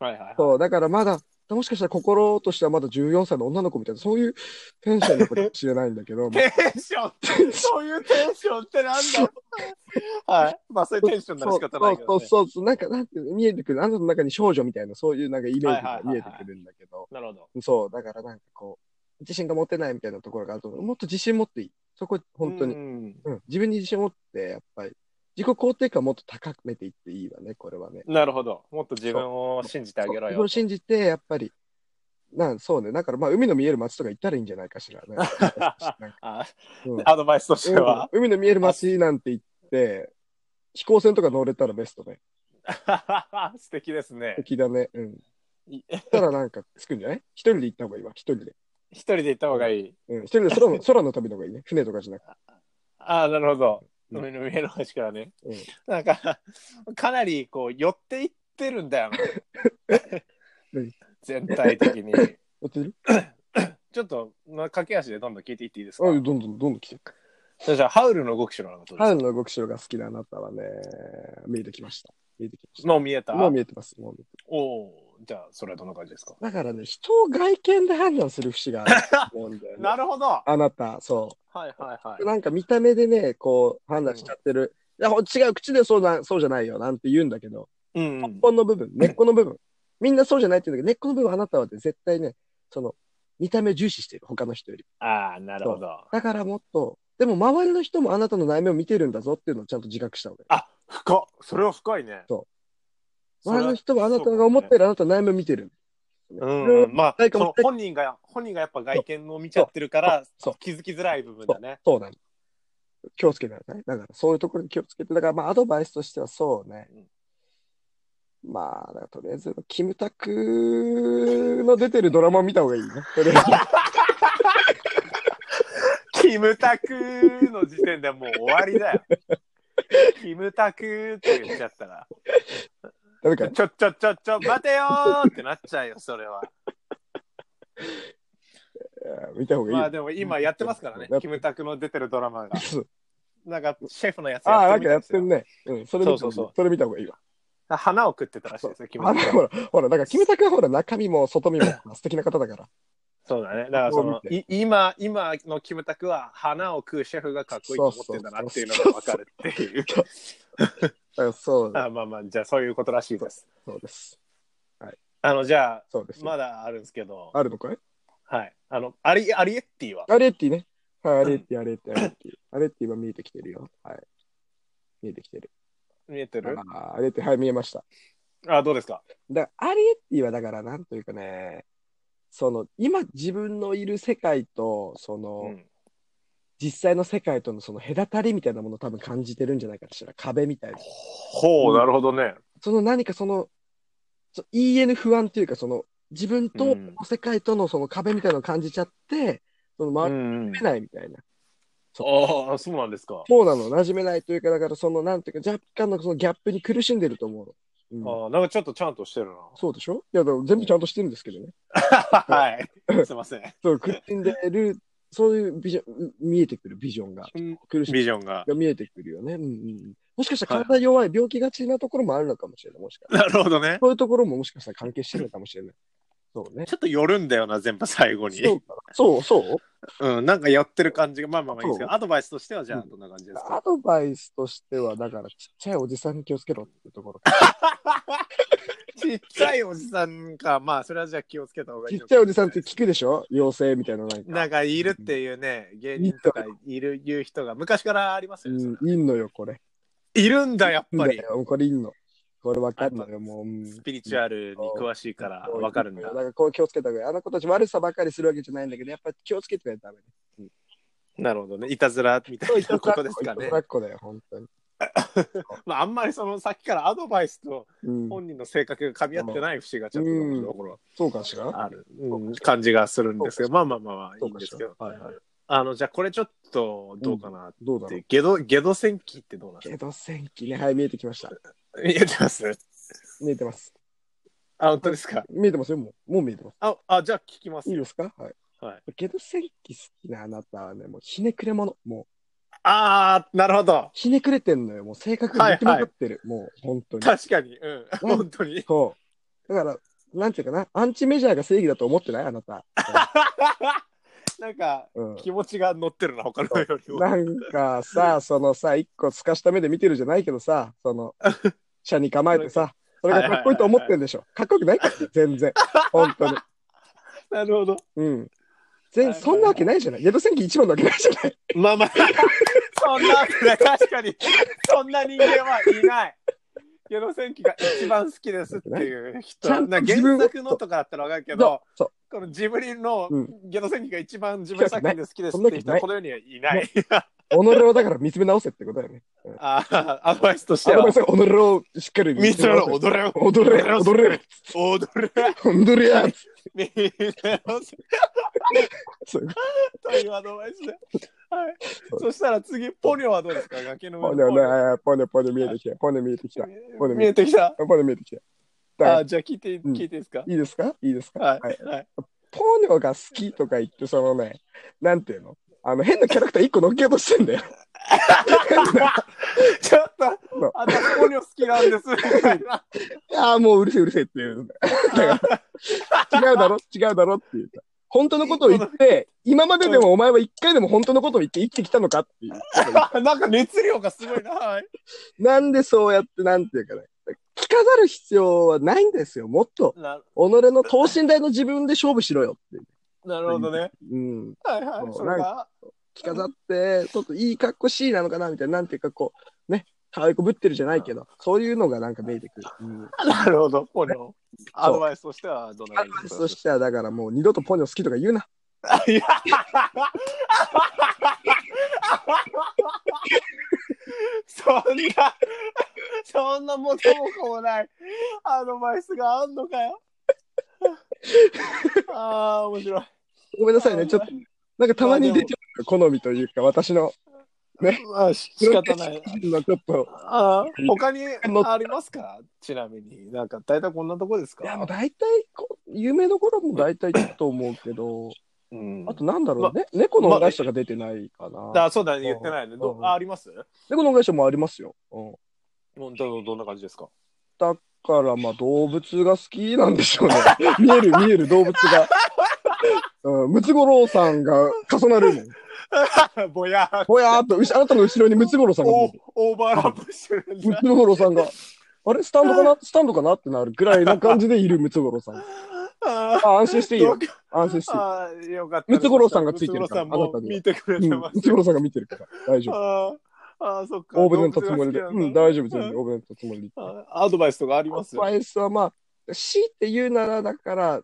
はいはいはい。
そう、だからまだ、もしかしたら心としてはまだ14歳の女の子みたいな、そういうテンションの子かもしれないんだけど、まあ
テンションって、そういうテンションってなん だろうはい。まあそういうテンションなら
そう
仕
そう
方ないけど、ね。
そうそう、なんか、なんていうの見えてくる、あなたの中に少女みたいな、そういうなんかイメージが見えてくるんだけど、
なるほど。
そう、だからなんかこう、自信が持てないみたいなところがあると思う。もっと自信持っていい。そこ、本当に。
に。
うん、自分に自信持って、やっぱり、自己肯定感もっと高めていっていいわね、これはね。
なるほど。もっと自分を信じてあげろ
自
よ
分を。信じて、やっぱり、なんそうね、だからまあ、海の見える街とか行ったらいいんじゃないかしらね。
あ
うん
アドバイスとしては。
うん海の見える街なんて言って、飛行船とか乗れたらベストね。
素敵ですね。
敵だね。うん。
い
そしたらなんかつくんじゃない一人で行った方がいいわ、一人で。
一人で行った方がいい。
うん、一人で 空の空の旅の方がいいね。船とかじゃなくて。
ああ、なるほど。
うん
海の見える橋からね。
うん
なんか、 かなりこう、寄っていってるんだよ な
何。
全体的に。
やってる
ちょっと、まあ、駆け足でどんどん聞いていっていいです
あ、
か
どんどんどんどん来てる。
じゃあ、ハウルの動きしろなことで
ハ
す
ウルの動く城が好きなあなたはね、見えてきました。見えてきまし
もう見えた
た。もう見えてます。もう見えてる
おおーじゃあ、それはどんな感じですか
だからね、人を外見で判断する節があると思うん だよね。
なるほどは
あなた、そう。
いはいは
なんか見た目でね、こう、判断しちゃってる。いや、ほん違う、口でそうだ、そうじゃないよ、なんて言うんだけど、
い。うんう
根
ん。
本の部分、根っこの部分。みんなそうじゃないって言うんだけど、根っこの部分あなたはね絶対ね、その、見た目を重視してる、他の人より。
ああ、なるほど。
だからもっと、でも周りの人もあなたの内面を見てるんだぞっていうのをちゃんと自覚した方がいい。
あ、深っ。それは深いね。
そ
それ
周
は
りの人はあなたが思ってるあなたの内面を見てる。
うんうん、まあ、
ない
そ
かも
の本人が、本人がやっぱ外見を見ちゃってるから
そう、
気づきづらい部分だね。
そうなの。気をつけてください。だからそういうところに気をつけて、だからまあアドバイスとしてはそうね。まあ、だからとりあえず、キムタクの出てるドラマを見た方がいいね。とりあえず。
キムタクの時点でもう終わりだよ。キムタクって言っちゃったら、
ダメ
ち
か
ょ。ちょちょちょ待てよーってなっちゃうよ、それは。
うん見た方がいいよ。
まあでも今やってますからね
うん、
キムタクの出てるドラマが。
そう
なんかシェフのやつ
あ
やっ
あ、なん
て
か
る
や
み
ったて
い
る
ですよ
ね。うん、それ見た
そうそう
方
そう
がいい。それ見た方がいいわ。
花を食ってたらしいですよ、キム
あ
タク。
の、ほら、ほら、だから、キムタクはほら、中身も外身も素敵な方だから。
そうだね。だからその、い今、今のキムタクは花を食うシェフがかっこいいと思ってんだなっていうのがわかるっていう。
あそうです
あまあまあ、じゃあそういうことらしいです。
そうです。
あの、じゃあ、
そうです。
まだあるんですけど、
あるのかい
はい。あの、アリアリエッティは
アレッティね。はい、アレッティ、アレッティ、アレッティ。アレッティ今見えてきてるよ。はい。見えてきてる。
見えてる
あーアレッティ、はい、見えました。
あ、どうですか
だからアリエッティはだからなんというかね、その今自分のいる世界とその、
うん。
実際の世界とのその隔たりみたいなものを多分感じてるんじゃないかしら壁みたいな
ほう、なるほどね。
その何かそのそ言い得ぬ不安というかその自分
う
と
ん
世界とのその壁みたいなのを感じちゃって、その
う
周り
ん。
に馴染めないみたいな、
ああ、そうなんですか。
そうなの馴染めないというかだからそのなんていうか若干のそのギャップに苦しんでると思うの、うん
ああ、なんかちょっとちゃんとしてる
そうでしょいやだから全部ちゃんとしてるんですけどね
な。 はい。すいません。
そう、苦しんでる、そういうビジョン、う見えてくるビジョンが、苦しみ
ビジョンが。
が見えてくるよね。うんうんうん、もしかしたら体弱い、病気がちなところもあるのかもしれない。もしか したら。
なるほどね。
そういうところももしかしたら関係してるのかもしれない。そうね。
ちょっと寄るんだよな、全部最後に。
そうかそうそう
うん、なんかやってる感じが、まあまあまあいいですけ
そ
ど、アドバイスとしてはじゃあどんな感じですか
アドバイスとしては、だから、ちっちゃいおじさんに気をつけろっていうところ。
ちっちゃいおじさんか、まあそれはじゃあ気をつけた方がい
ち
い
っ
の
ち
か
ゃいおじさんって聞くでしょ妖精みたいな、なんか。
なんかいるっていうね、芸人とかいる、いう人が昔からありますよね。それ
うん、いんのよ、これ。
いるんだ、やっぱ
いい
り
んだ。よこれいんの。これわかんないよ、もううん。
スピリチュアルに詳しいからわかるんだ
だ。からこう気をつけた方がいい。あの子たち悪さばかりするわけじゃないんだけど、やっぱり気をつけてないとダメね。
なるほどね。いたずらみたいなことですかね
いたず。らっ子だよ、本当に。
まああんまりそのさっきからアドバイスと
うん。
本人の性格が噛み合ってない節がちょっと
うん
ところ
そうかしら
ある、うん感じがするんですけど、まあまあまあまあ
そ
いい
うんか
で
し
すけ
ら
ど。。
はいはい。
あの、じゃあこれちょっとどうかなっ
どうだ
て
ろ。
いうう。ゲド、ゲド戦記ってどうなんです
けど、戦記ね。はい、見えてきました。
か見えてます
見えてます。
あ、本当ですか。
見えてますよ、もう。もう見えてます。
あ、あじゃあ聞きます
いい。ですかはい。
はい、
けど、戦記好きなあなたはね、もうひねくれ者。もう、
あー、なるほど。
ひねくれてんのよ。もう性格が抜きまくってる。もう、本当に。
確かに。うん。本当に。
そう。だから、なんていうかな、アンチメジャーが正義だと思ってないあ なた。
なんか、
うん。
気持ちが乗ってるな、他のよりも。
なんかさ、そのさ、一個透かした目で見てるじゃないけどさ、そ の、車に構えてさ、それがかっこいいと思ってるんでしょ。かっこよくないからね、全然。本 当に。
なるほど。
うん。
は
全
いはいはい
そんなわけないじゃない。ゲド戦記一番なわけないじゃない。
まあまあ、そんなわけない、確かに、そんな人間はいない。ゲド戦記が一番好きですっていう人、
ちゃ
なん
と
んか
自分
原
を
作のとかだったらわかるけど、
そう。
このジブリの
うん
ゲド戦記が一番自分作品で好きです
そ
っ
んなわ
て
け
いう人は
ない
この世にはいない。
己をだから見つめ直せってことだよ ね。
あ あ、アドバイスとし
あ
て
れも
は。
さ、己をしっかり
ミ
見
ス
つ
ト
め
の
直せ。
踊れよ。
踊れ、踊れ、
踊れ。
踊れやつ。
ミストの踊れ。
そう
というアドバイスで。はい。そしたら次、ポニョはどうですか崖の
ポ
上
ニョ
の
ねあー、ポニョ、ポニョ見えてきた。ポニョ見えてきた。ポニョ
見えてきた。
ポニョ見えてきた。だから
あじゃあ聞いて、
うん
聞いていいですか、
いいですかいいですか
はい、
はい
はい。
ポニョが好きとか言って、そのね、なんていうのあの、変なキャラクター一個乗っけようとしてんだよ。
ちょっと、私ポニョ好きなん です。みたいな。
いやーもううるせえうるせえって言うんだよ。だから、違うだろ違うだろって言うさ本当のことを言って、今まででもお前は一回でも本当のことを言って生きてきたのかっていう。
なんか熱量がすごいな。はい
なんでそうやって、なんていうかね。聞かざる必要はないんですよ。もっと、
な
己の等身大の自分で勝負しろよっていう。
なるほどね。
うん。
はいはい。
そう
それが、
着飾って、ちょっといい格好しいなのかなみたいな、なんていうかこう、ね、可愛くぶってるじゃないけど、そういうのがなんか見えてくる。うん、
なるほど、ポニョ。アドバイスとしてはどんな感じですか
そしてはだからもう二度とポニョ好きとか言うな。
いやそんな、 そんな元も子もないアドバイスがあんのか よ。ああ、面白い。
ごめんなさいね、ちょっと、なんかたまに出ちゃう好みというか、私の、
まあ、し仕方ない。
のちょっと、
あー他にありますかちなみに。なんか、大体こんなとこです
いや、もう
か
大体こう、有名どころも大体聞くと思うけど、
うん
あとなんだろうね、猫の恩返しとか出てないかな。
あ、そうだね、言ってないね。ど
うん
あ、あります
猫の恩返しもありますよ。うん。
もうどどんな感じですか
だから、まあ、動物が好きなんでしょうね。 見える、見える動物が。うん、ムツゴロウさんが重なるもん。
ぼやー
ほやーっと、うしあなたの後ろにムツゴロウさんが見え
オ
る。
ーバーラップしてるんだ
ムツゴロウさんが、あれスタンドかなスタンドかなってなるぐらいな感じでいるムツゴロウさん。
あ
あ、安心していいよ
ど。
安心していい。
あーよかった
ムツゴロウさんがついてるから
ムツゴロウさんも見てくれ
う
て
ん
ま
ム
す。
ツゴロウさんが見てるから、大丈夫。
あーあー、そっか。
大船のつもりで。
動
う
物が好きなん
ん、
だ
大丈夫、全然。大船のつもりで。
あーアドバイスとかあり
ア
ます
ドバイスはまあ、強いて言うなら、だから、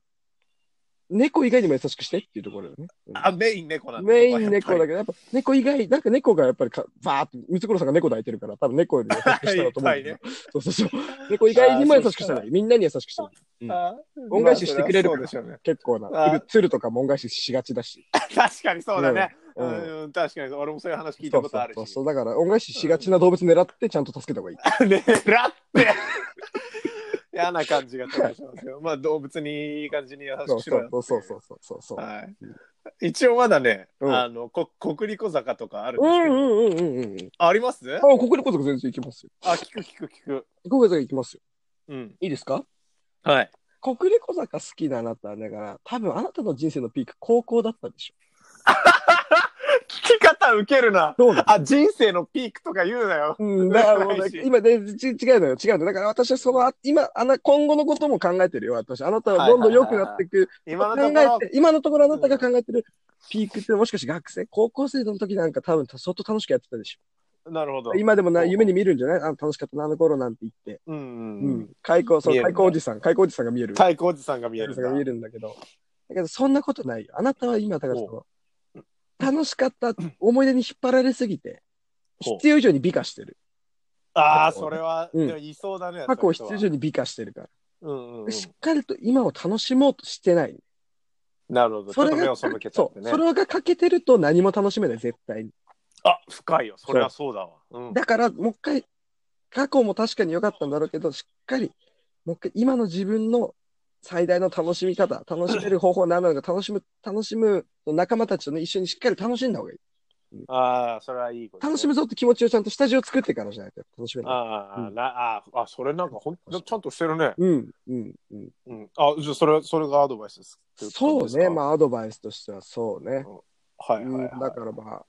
猫以外にも優しくしてっていうところだよね。うん
あ、メイン猫なんだ
メイン猫だ
け
けど、やっぱ猫以外、なんか猫がやっぱりか、バーって、ムツゴロウさんが猫抱いてるから、多分猫より優しくしたらと思うんだけど
いっ
そうそうそう。猫以外にも優しくしたらいい。みんなに優しくしたらいい。うん恩返ししてくれる
そ
か
う
ら
でしょうね。
結構な
あー。
鶴鶴とかも恩返ししがちだし。
確かにそうだね。う
うんうん
ん、うん確かに。俺もそういう話聞いたことある
そう
し
そう。。だから、恩返ししがちな動物狙って、ちゃんと助けた方がいい。
ねラって嫌な感じがちょっとしますよ。まあ動物にいい感じに優し
そう
くしろよ
そうそうそうそうそうそう。
はい。一応まだね、
うん
あの、こ、国立小坂とかあるん
う
ですけ
ん
ど、
うんうんうんうん。
あります
あ、ここでこそ全然行きますよ。
あ、聞く聞く聞く。
ここで行きますよ。
うん。
いいですか
はい。
国立小坂好きなあなたはだから、多分あなたの人生のピーク、高校だったでしょ。
聞き方受けるな。
どうなの
あ、人生のピークとか言うなよ。
うん、だからもう
ない
ね
し
今ね、ち違うのよ、違うの。だから私はその、あ今、あの、今後のことも考えてるよ、私。あなたはどんどん良くなっていく。
今
考
のところ
え、て、今のところあなたが考えてるピークってもしかして学生高校生の時なんか多分相当楽しくやってたでし
なるほど
ょ。。今でもな、夢に見るんじゃないあ楽しかったな、あの頃なんて言って。
う
うん
うん。
ん。開口、そう、
見える
開口おじさん、開口おじさんが見える。
太鼓おじさんが見える
おじさんが見え
んだ。
るんだけど。だけど、そんなことないよ。あなたは今、だからその、楽しかった思い出に引っ張られすぎて、
ほう
必要以上に美化してる。
ああ、それは、
うん
でもいそうだね。
過去を必
そ
要
うい
以
う
上に美化してるから。
人はうんうんうん
しっかりと今を楽しもうとしてない。
なるほど。ちょ
そ
っ
れ
と目
が、
を背
そう、
けちゃっ
そ
てね。
れが欠けてると何も楽しめない、絶対に。
あ、深いよ。それはそうだわ。うん。
だから、もう一回、過去も確かに良かったんだろうけど、しっかり、もう一回、今の自分の最大の楽しみ方、楽しめる方法は何なのか、楽しむ、楽しむ仲間たちとね、一緒にしっかり楽しんだ方がいい。
ああ、それはいいこと、
楽しむぞって気持ちをちゃんとスタジオ作ってからじゃないと楽しめない。
あーあー、
うん
なあーあ、それなんかほん、ちゃんとしてるね。
うん、うん、うん。
うん。あ、じゃあそれ、それがアドバイスです。
そうね、
あ。
まあ、アドバイスとしてはそうね。
はいはい、
うん
は
だ
い。
からまあ、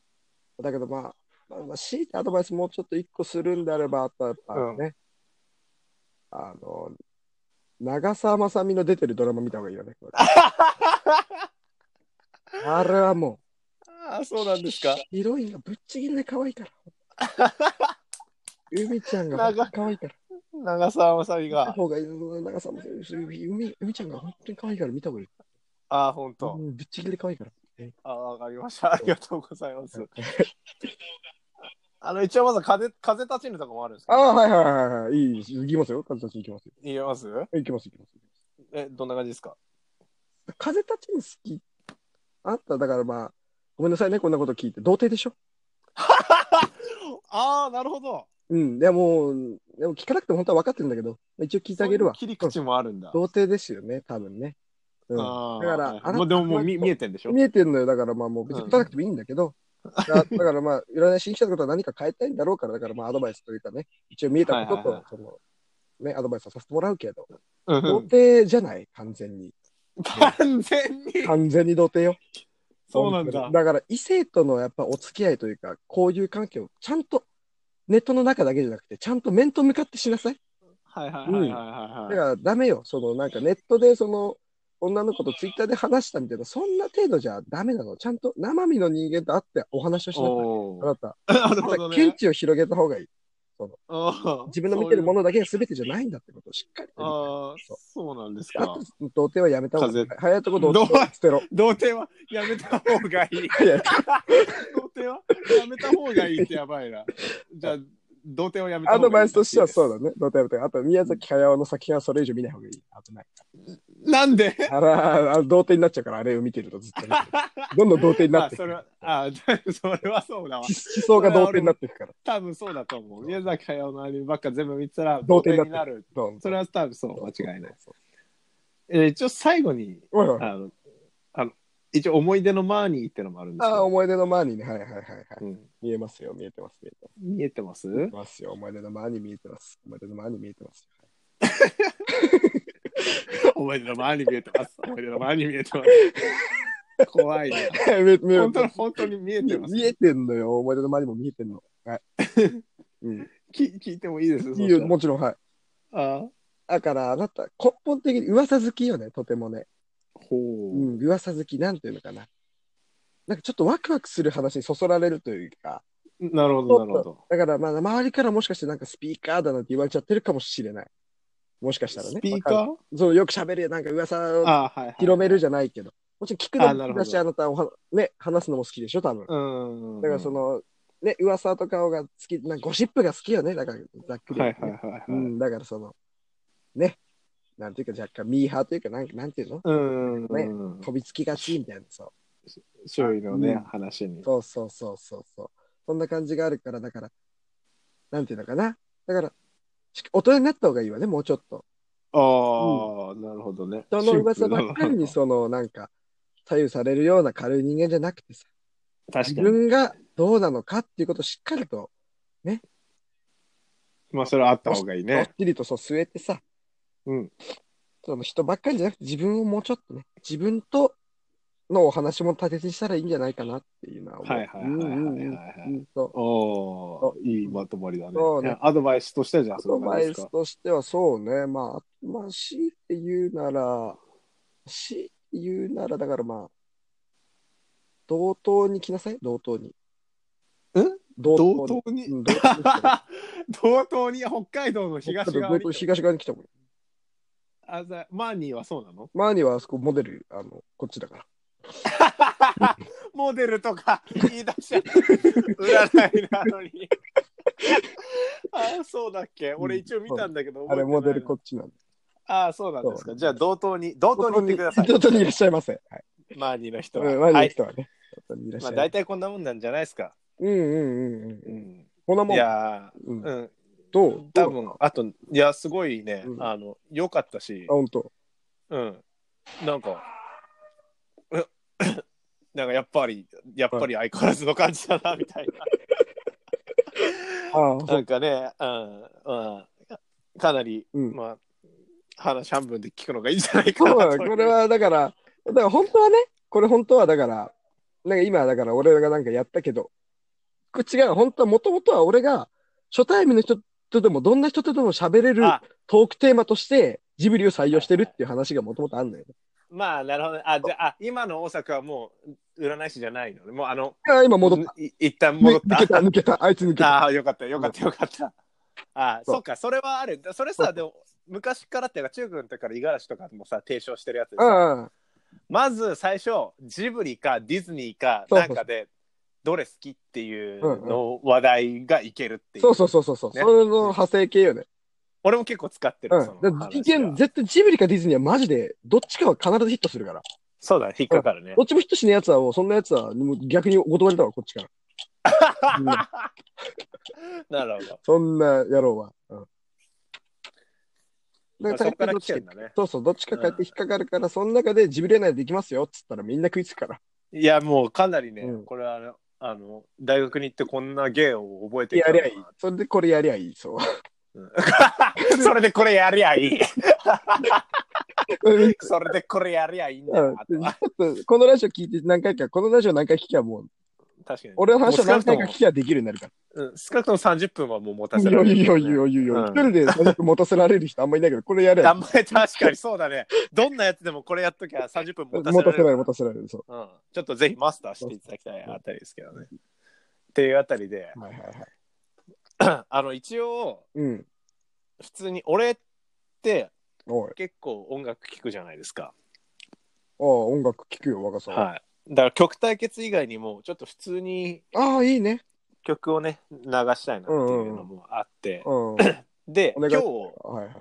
だけどまあ、まあまあ、強いてアドバイスもうちょっと一個するんであれば、あとはやっぱね、あの、長澤まさみの出てるドラマ見た方がいいよね。 これあれはも
ああ、そう
う、
なんですか。
ヒロインがぶっちぎりで可愛いから。 海ちゃんが
長
可愛いから。
長澤まさみ
見た
が。
方がいい長澤まさみ、海海ちゃんが本当に可愛いから見た方がいい。
ああ、本当。
うんぶっちぎりで可愛いから。
ああ、わかりました。ありがとうございます。あの、一応まず風、風立ちぬとかもあるんです
あ
か
あ、はいはいはいはい。いい、いきますよ。カズたちいきますよ。
言えます
いきます、いきます。
え、どんな感じですか
風立ちに好き。あんた、だからまあ、ごめんなさいね、こんなこと聞いて。童貞でしょ
ああ、なるほど。
うん。でもう、でも聞かなくても本当は分かってるんだけど、一応聞いてあげるわ。
そういう切り口もあるんだ。
うん童貞ですよね、多分ね。うん。
ああ
だから
はい
あなた
もうでももう見見えてんでしょ
見えてんのよ。だからまあもう別に答えなくてもいいんだけど。だだからまあ、占い師に来たってことは何か変えたいんだろうから、だからまあアドバイスというかね、一応見えたことと、
はいはい
その、ね、アドバイスはさせてもらうけど、
う
童
ん
貞じゃない完全に。
完全に。
完全に童貞よ。
そうなんだ
本当に。だから異性とのやっぱお付き合いというか、交友関係をちゃんとネットの中だけじゃなくて、ちゃんと面と向かってしなさい。
はいはいはいはい
だ
は
か
いはい。
らダメよ。そのなんかネットでその女の子とツイッターで話したみたいな、そんな程度じゃダメなの。ちゃんと生身の人間と会ってお話をしなさい。
お
あ
ー
なた、
なるほど
見
ね。
地を広げた方がいい。
うん
自分の見てるものだけが全てじゃないんだってことをしっかりと理
ああ、そうなんです
解。あ
か
と。、童貞はやめた方がいい
風。
早いとこ童貞を捨て ろ。
童貞はやめた方がいい。
いや
童貞はやめた方がいいってやばい な。じゃあ、童貞をやめた
ア
方がいい。
ドバイスとしてはそうだね。童貞やめた方がいいあと、宮崎駿の作品はそれ以上見ない方がいい。危ない。
なんで
あら、あ童貞になっちゃうから、あれを見てるとずっと見てる。どんどん童貞に
ま
なっ
あ、
てい
そ
く
れは、ああ、
る。
それはそうだわ
思。想が童貞になっていくから。
多分そうだと思う。宮崎駿のアニメばっか全部見てたら、
童
童貞
貞に
に
な
な
っ
る。
どんどん
それは多分そう、間違いない。
そう
えー一応最後に、
そうそうおいおい
あの、あの一応思い出のマーニーってのもあるんです
あ
け
あ、
ど、
思い出のマーニーね。はいはいはい。はい
うん
見えますよ、見えてます、見えてます
見えてます
見えますよ。思い出のマーニー見えてます。思い出のマーニー見えてます。
思い出のマーニー見えてます。思い出のマーニー見えてます。 怖いな。
見え見え
本当に、本当に見えてます。
見えてんのよ。思い出のマーニーも見えてんの。はい。 うん、
き聞いてもいいです
いいよ、もちろん、はい。
あ
だから、あなた、根本的に噂好きよね、とてもね。
ほ
う
う。
ん、噂好き、なんていうのかな。なんかちょっとワクワクする話にそそられるというか、
なるほど、なるほど。
だから、まあ、周りからもしかしてなんかスピーカーだなんて言われちゃってるかもしれない。もしかしたらね。
スピー
わ
カ
か
ー
るそうよく喋るよ、なんか噂を
あはいはい。
広めるじゃないけど。もちろん聞くの
あ
も
なるほ
好き
ど
だし、あなたおは、ね、話すのも好きでしょ、多分。だ
うん。
から、そ、の、ね、噂とかが好き、なんかゴシップが好きよね、だから、ざっくり、
はいはいはいはい。
うん、だからその、ね、なんていうか、若干ミーハーというか、なんなんていうの
うん。
ね
うん
飛びつきがちみたいな、そう。
周囲の
う
ね
ん、
話に。
そうそうそうそうそう。そんな感じがあるから、だから、なんていうのかな。だから、し大人になった方がいいわね、もうちょっと。
ああ、なるほどね。
人の噂ばっかりに、
シンプ
その、なんか、左右されるような軽い人間じゃなくてさ、
ルな確か
自
に。
分がどうなのかっていうことをしっかりと、
まあ、それはあった方がいい
どっ
ね。
ちりとそう据えてさ、
うん。
その人ばっかりじゃなくて、自分をもうちょっとね、自分と、のお話も立てにしたらいいんじゃないかなっていうのは思う。
はいはいはいはいはいはい
うんうんうんそう
おお、いいまとまりだね。
そうね
アドバイスとしてはじゃあ、
ア
そ
ド
んな感
バ
じ
イ
です
ス
か。
としてはそうね、まあ、まあ、強いて言うなら、強いて言うなら、だからまあ、同等に来なさい、同等に。
え
同等に。
同等に
う、ん同等に来て も
同等に北海道の
いい
東側
同
に
等に東側に来てもいい。
あざマーニーはそう なの
マーニーはあそこモデル、あの、こっちだから。
モデルと か言い出しちゃう占いなのに ああそうだっけ俺一応見たんだけど、
あれ、モデル
こ
こっちなんで。
ああそうなんです
そ
か
う
じゃあ同等に同等に行ってく ださい
同等にいらっしゃいませ。はい。
マーニーの人は、
うんマーニー
は
の
い、
人はね、同等にいらっし
ま
ゃ
あ
いま
大
せ。
体こんなもんなんじゃないですか、
うんうんうんうん。
うん、
こんないもん。
や
う
ー
ん、
うん
どう
多
どう
分あといやすごいね、
うん
あの良かったし
あ、本当。
うんなんかえ なんかやっぱりやっぱり相変わらずの感じだなみたいな
ああ、そ
な
うん
かね、うん、うん、かなり、
うん
まあ、話半分で聞くのがいいんじゃないか
そう
な
な
とい
の
う。
これはだから、だから本当はね、これ本当はだから、なんか今だから俺がなんかやったけど、これ違う、本当はもともとは俺が初対面の人とでもどんな人とでも喋れる
あ、
トークテーマとしてジブリを採用してるっていう話がもともとあんのよ。
まあ、なるほどね。あ、じゃあ、あ今の大阪はもう、占い師じゃないのね。もう、あの、
あ今戻っ
い一旦
た。ね
戻っ
抜けた、抜けた、あいつ抜けた。
た。ああ、よかった、よかった、よかった。ああ、
そう
そっか、それはある。それ
そ
さ、
う
でも、昔からっていうか、中国の時から五十嵐とかもさ、提唱してるやつで
う
さ、
んうん。
まず最初、ジブリかディズニーか、
そうそう
な
そうん
かで、どれ好きっていうの話題がいけるっていう。
そうそうそうそう。そう
ね
それの派生系よね。
俺も結構使ってる。
うん
そ。
だ
の
から
話
いけ
が
ん絶対ジブリかディズニーはマジで、どっちかは必ずヒットするから。
そうだね、引っかかるね
ど。っちもヒットしねえやつはもう、そんなやつはもう逆にお断りだわ、こっちか ら。うん
なるほど。
そんな野郎は。うん。
まあそこから来てんだね
そうそう、どっちか帰って引っかかるから、その中でジブレ内できますよっつったらみんな食いつくから。
いや、もうかなりね、
うん
これはあの、あの、大学に行ってこんな芸を覚えてき
や
たな
りゃいい。それでこれやりゃいい、そう。
うん それでこれやりゃいい。
うん
それでこれやりゃいいんだ
う
よ
ん。
あとは
ちょっとこのラジオ聞いて何回か、このラジオ何回聞きゃもう、
確かに。
俺の話は何回か
もう
聞きゃできるようになるから。
うん少なくとも30分はもう持たせられる、
余裕余裕余裕
うん
余裕。一人で30分持たせられる人あんまいないけど、これや りゃ
あ
い
んまり確かにそうだね。どんなやつでもこれやっときゃ30分
い。
持たせ
持
られる
たせられる、持たせられる。そ
うん。ちょっとぜひマスターしていただきたいあたりですけどね。っていうあたりで
う。、はいはいはい。
あの、一応、
うん。
普通に俺って
おい。
結構音楽聴くじゃないですか。
ああ、音楽聴くよ、若さん。あ
い。だから曲対決以外にもちょっと普通に
あ、いいね。
曲をね流したいなっていうのもあって、
うん。
で
お
今
願い
日
はいはい。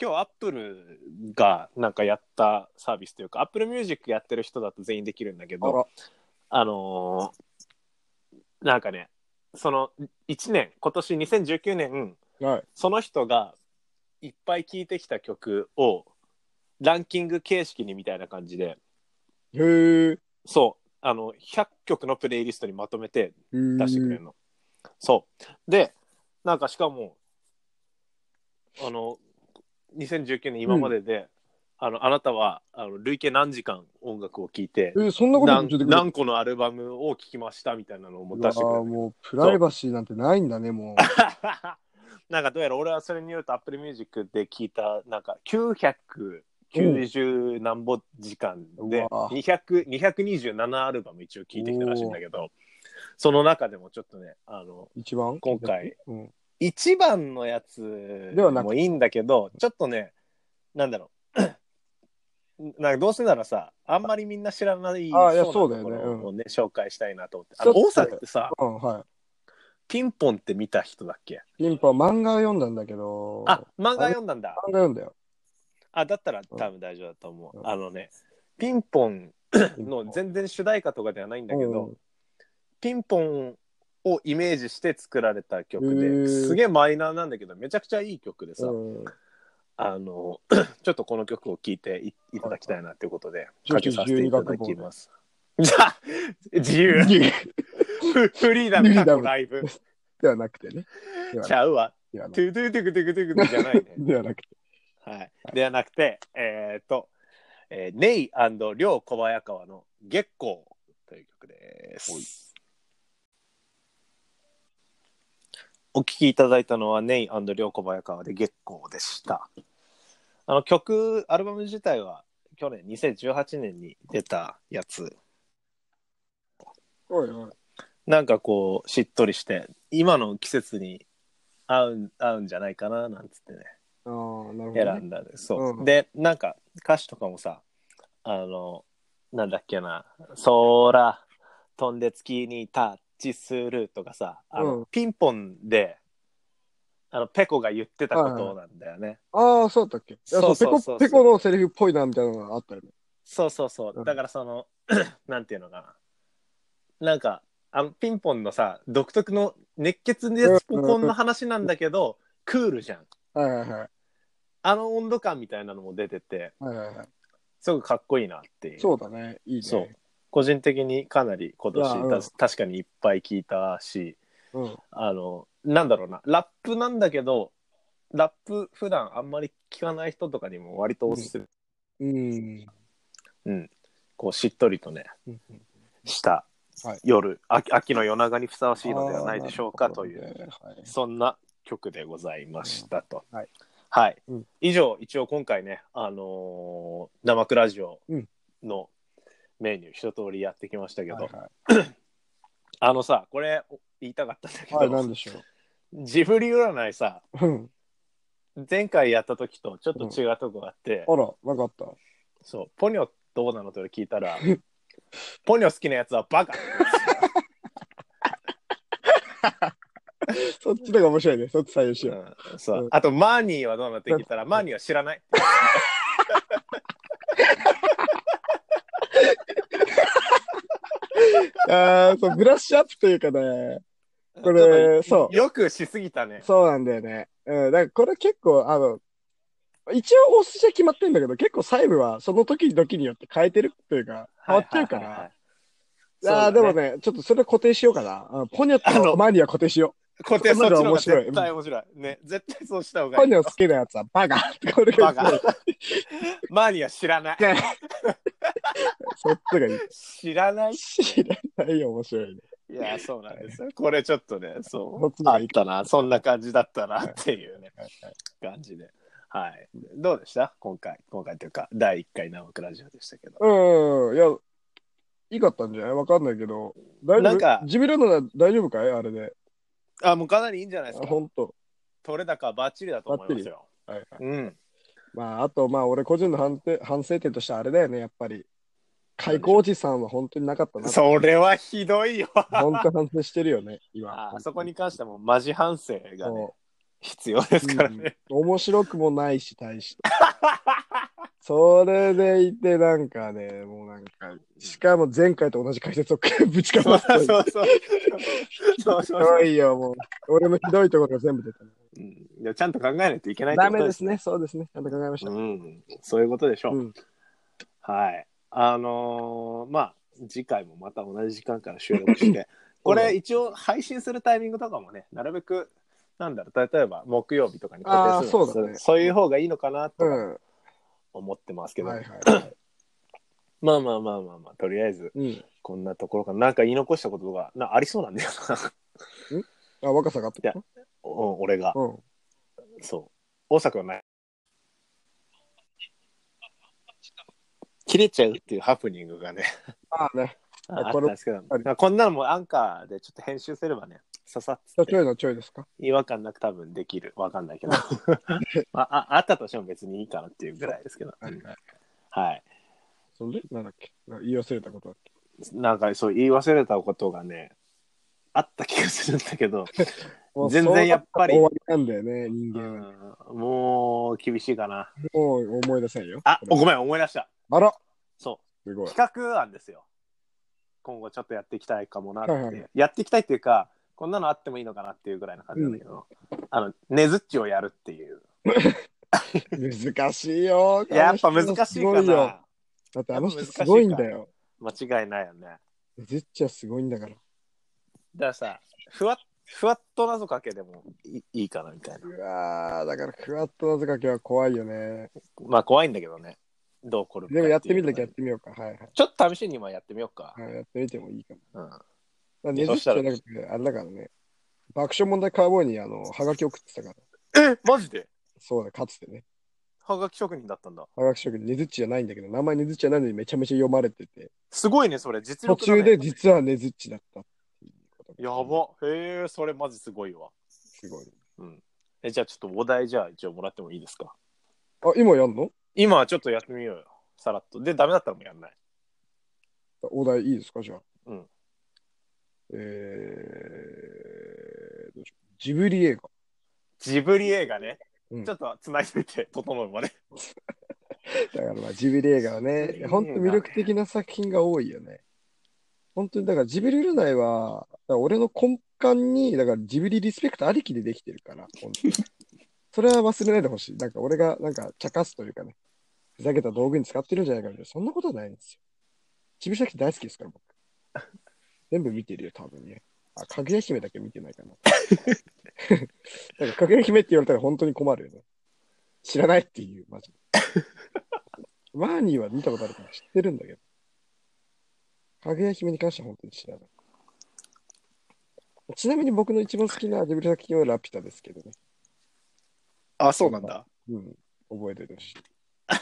今日アップルがなんかやったサービスというかアップルミュージックやってる人だと全員できるんだけ
あ
ど
ら。
あのーなんかねその1年今年2019年
はい。
その人がいっぱい聴いてきた曲をランキング形式にみたいな感じで
へえ。
そう。あの、100曲のプレイリストにまとめて
出
出してくれるの。そう。で、なんかしかも、あの、2019年今までで、あの、あなたは、あの、累計何時間音楽を聴いて
え、ーそんなこと
何
教えてくれ
何個のアルバムを聴きましたみたいなのをも出してく
あ
れ
あ、
る。
もうプライバシーなんてないんだね、もう。
なんかどうやら俺はそれによると Apple Music で聞いたなんか990何ぼ時間で
うわ
200 227アルバム一応聞いてきたらしいんだけどその中でもちょっとねあの
一番
今回
うん。
一番のやつ
ではなく
もいいんだけどちょっとねなんだろう なんかどうせならさあんまりみんな知らない
あい
な
や
ところ
そうだよねうん
をね紹介したいなと思ってあの
ちょ
大
っと
阪ってさ
うん、は
ピンポンって見た人だっけ
い。ピンポン漫画を読んだんだけど、
あ漫画読んだんだ
漫画読んだよ。
あ、だったら
うん
多分大丈夫だと思う。
うん
あのね、ピンポンの全然主題歌とかではないんだけど、ピンポンをイメージして作られた曲
へ
で、
ー
すげえマイナーなんだけど、めちゃくちゃいい曲でさ、
うん、うん。
あの、 ちょっとこの曲を聴いていいただきたいなっていうことで、
うん
かけさせていただきます。じゃあ、 自由。フフリーダム過去ライブ。
ではなくてね。では
ち
なく
ゃうわ。
ではな
ト
く
ゥドゥドゥクドゥクドゥクドゥじゃないね
て。。ではなくて。
はい、ではなくて、えーっと、えーネイリョウ小早川の月光という曲です。お聴きいただいたのはネイ両小早川で月光でした。あの曲、アルバム自体は去年2018年に出たやつ。
おいおい。
なんかこう、しっとりして、今の季節に合うん合うんじゃないかななんつってね。
ああ、なるほど、
選
ね。
んだで、そう、
うん
でなんか歌詞とかもさあのなんだっけな「空飛んで月にタッチする」とかさあの、
うん
ピンポンであのペコが言ってたことなんだよね、
ああ、そうだったっけいや
そうそうそうそ
ペ
う
コペコのセリフっぽいなみたいなのがあったよね。
そうそうそう、
うん
だからその なんていうのかななんかあのピンポンのさ独特の熱血熱ポコンの話なんだけど、クールじゃん
はいはいはい。
あの温度感みたいなのも出てて
はいはいはい、
すごくかっこいいなっていう
そうだね。いいね。
そう個人的にかなり今年、
いやうん
た確かにいっぱい聞いたし
う。ん。
あのなんだろうなラップなんだけどラップ普段あんまり聞かない人とかにも割とおすすめ、
うん。
こうしっとりとね
うん
した
はい
夜、秋秋の夜長にふさわしいのではないでしょうかという、
あーなるほどねはい
そんな曲でございましたと、
うんはい、
はい
うん
以上一応今回ねあのー生クラジオのメニュー一通りやってきましたけど、
はいは
あのさ、これお言いたかったんだけ
い。
ど、
はい、なんでしょ
ジブリ占いさ、
う。うん。
前回やった時とちょっと違うとこがあって、
あら、なんかあった。
そう、ポニョどうなのと聞いたら、ポニョ好きなやつはバカって言うんですよ
そっちのが面白いね。そっち採用しよう。
うんそう
うん
あと、マーニーはどうなのって聞いたら、マーニーは知らない。
ああ、そう、ブラッシュアップというかね。これ
ちょっと
そう
よくしすぎたね。
そうなんだよね。うん。だからこれ結構、あの、一応お寿司は決まってるんだけど、結構細部はその時々によって変えてるというか、変わっちゃうから。
はいはいはいはい
ああ、で
そうだ
もね、ちょっとそれ固定しようかな。うんポニョとマニア固定しよ
固定そっちの方が
それは面白い
絶対面白い。ね、絶対そうした方
う。ポ
がいい
ニ。ョ好きなやつはバカ。 これが
バカ。マーニーは知らない。
そっちがいい。
知らない
知らないよ、面白いね。
いや、そうなんですよ。 これちょっとね、そ
こっ
う
ち。の
あ
方がい
っ
い
たな、そんな感じだったなっていうね、感じで。はい。どうでした今回、今回というか、第1回生クラジオでしたけど。
うん。いや、いいかったんじゃないわかんないけど。大丈
なん
夫
か
ジビロなら大丈夫かいあれで。
あ、もうかなりいいんじゃないです
あ
か。
ほんと。
取れ高バッチリだと思いますよ。
はいはい
うん。
まあ、あと、まあ、俺個人の反省反省点としてはあれだよね、やっぱり。開口おじさんは本当になかったな。
それはひどいよ。
本当反省してるよね、今
あ。そこに関してはもうマジ反省がね
そ、
必要です
う
からね。
うん面白くもないし、大して。それでいて、なんかね、もうなんか、しかも前回と同じ解説を ぶちか
そ
ま
う
す
そう
と
そ
いう。
う。そう
ひ
そうそ
ど
う。
いよ、もう。俺のひどいところが全部出たね。
うんいやちゃんと考えないといけないって
ダ
こと
メですね、そうですね。ちゃんと考えました。
うん、そういうことでしょう。
うん
はい。あのーまあ、次回もまた同じ時間から収録して、 これ一応配信するタイミングとかもね、なるべく、なんだろう、例えば木曜日とかに固定する
あー
の
そうだね
そういう方がいいのかなと
うん。
か
は
思ってますけ
い
ど、
はいはい。
まあまあまあまあまあ、とりあえず、
うん。
こんなところかな。なんか言い残したことがなありそうなんだよな、
あ、若さがあったこと
お俺が。
うん。
そう。大阪はない。切れちゃうっていうハプニングがね、
まあね、
ああっ
こ
た
れ
んですけど、
あれ
まあこんなのもアンカーでちょっと編集すればね、刺さっ
ち
て
ょいのちょいですか
違和感なく多分できる、わかん ないけど、まあ、ああったとしても別にいいかなっていうぐらいですけど、
はい
はい。
そんで、なんだっけ言い忘れたことだっけ
なんかそう言い忘れたことがね、あった気がするんだけど、
もう
全然やっぱり
そうなったら終わりなんだよね、人
う
間はね。
んもう厳しいかな。
もう思い出せんよ。
あ、
これ
ごめん、思い出した。
あら
そう。
すごい。
企画案ですよ今後ちょっとやっていきたいかもなって、
はいはい
やっていきたいっていうかこんなのあってもいいのかなっていうぐらいの感じなんだけど、あのねずっちをやるっていう
難しいよ。
やっぱ難しい
あの人すご
か
よ
な
だってあの人すごいんだよ。
間違いないよねだか
ずっちゃすごいんだから。
らさふわっふわっと謎かけでもいいいいかなみたいな
うわー、だからクワット謎かけは怖いよね。
まあ怖いんだけどねどう転ぶか
でもやってみるだ
だ
けやってみようか。はいはい。
ちょっと試しに今やってみようか。
はい、やってみてもいいかも。
うん。
ま
で
あね
そ
ず
した
じゃ
ら
なくて、あれだからね、爆笑問題カーボーイにあの、はがき送ってたから、
え、マジで
そうだ、かつてね、
はがき職人だったんだ。
はがき職人、ねずっちじゃないんだけど、名前ねずっちじゃないのにめちゃめちゃ読まれてて、
すごいね、それ。実
途
力だね
中で実はねずっちだったっていうこと
やば。へえ、それマジすごいわ。
すごい。
うん。え、じゃあちょっとお題じゃあ一応もらってもいいですか。
あ、今やんの
今はちょっとやってみようよ。さらっと。で、ダメだったらもうやんない。
お題いいですか、じゃあ。
うん。
えー、どうしよう。ジブリ映画。
ジブリ映画ね。
うん
ちょっと繋いでみて、整うま で。
だからまあジブリ映画は
ジブリ映
ね、
画
本当魅力的な作品が多いよね。本当にだからジブリ占いは、だから俺の根幹に、だからジブリリスペクトありきでできてるから、本 当にそれは忘れないでほしい。なんか俺がなんか茶化すというかね、ふざけた道具に使ってるんじゃないかみたいな、そんなことはないんですよ。ジブリ作品大好きですから、僕。全部見てるよ、多分ね。あ、かぐや姫だけ見てない かな。なんかかぐや姫って言われたら本当に困るよね。知らないっていう、マジでワーニーは見たことあるから知ってるんだけど。かぐや姫に関しては本当に知らない。ちなみに僕の一番好きなジブリ作品はラピュタですけどね。
あ、
そうなんだ。うん。覚えててほし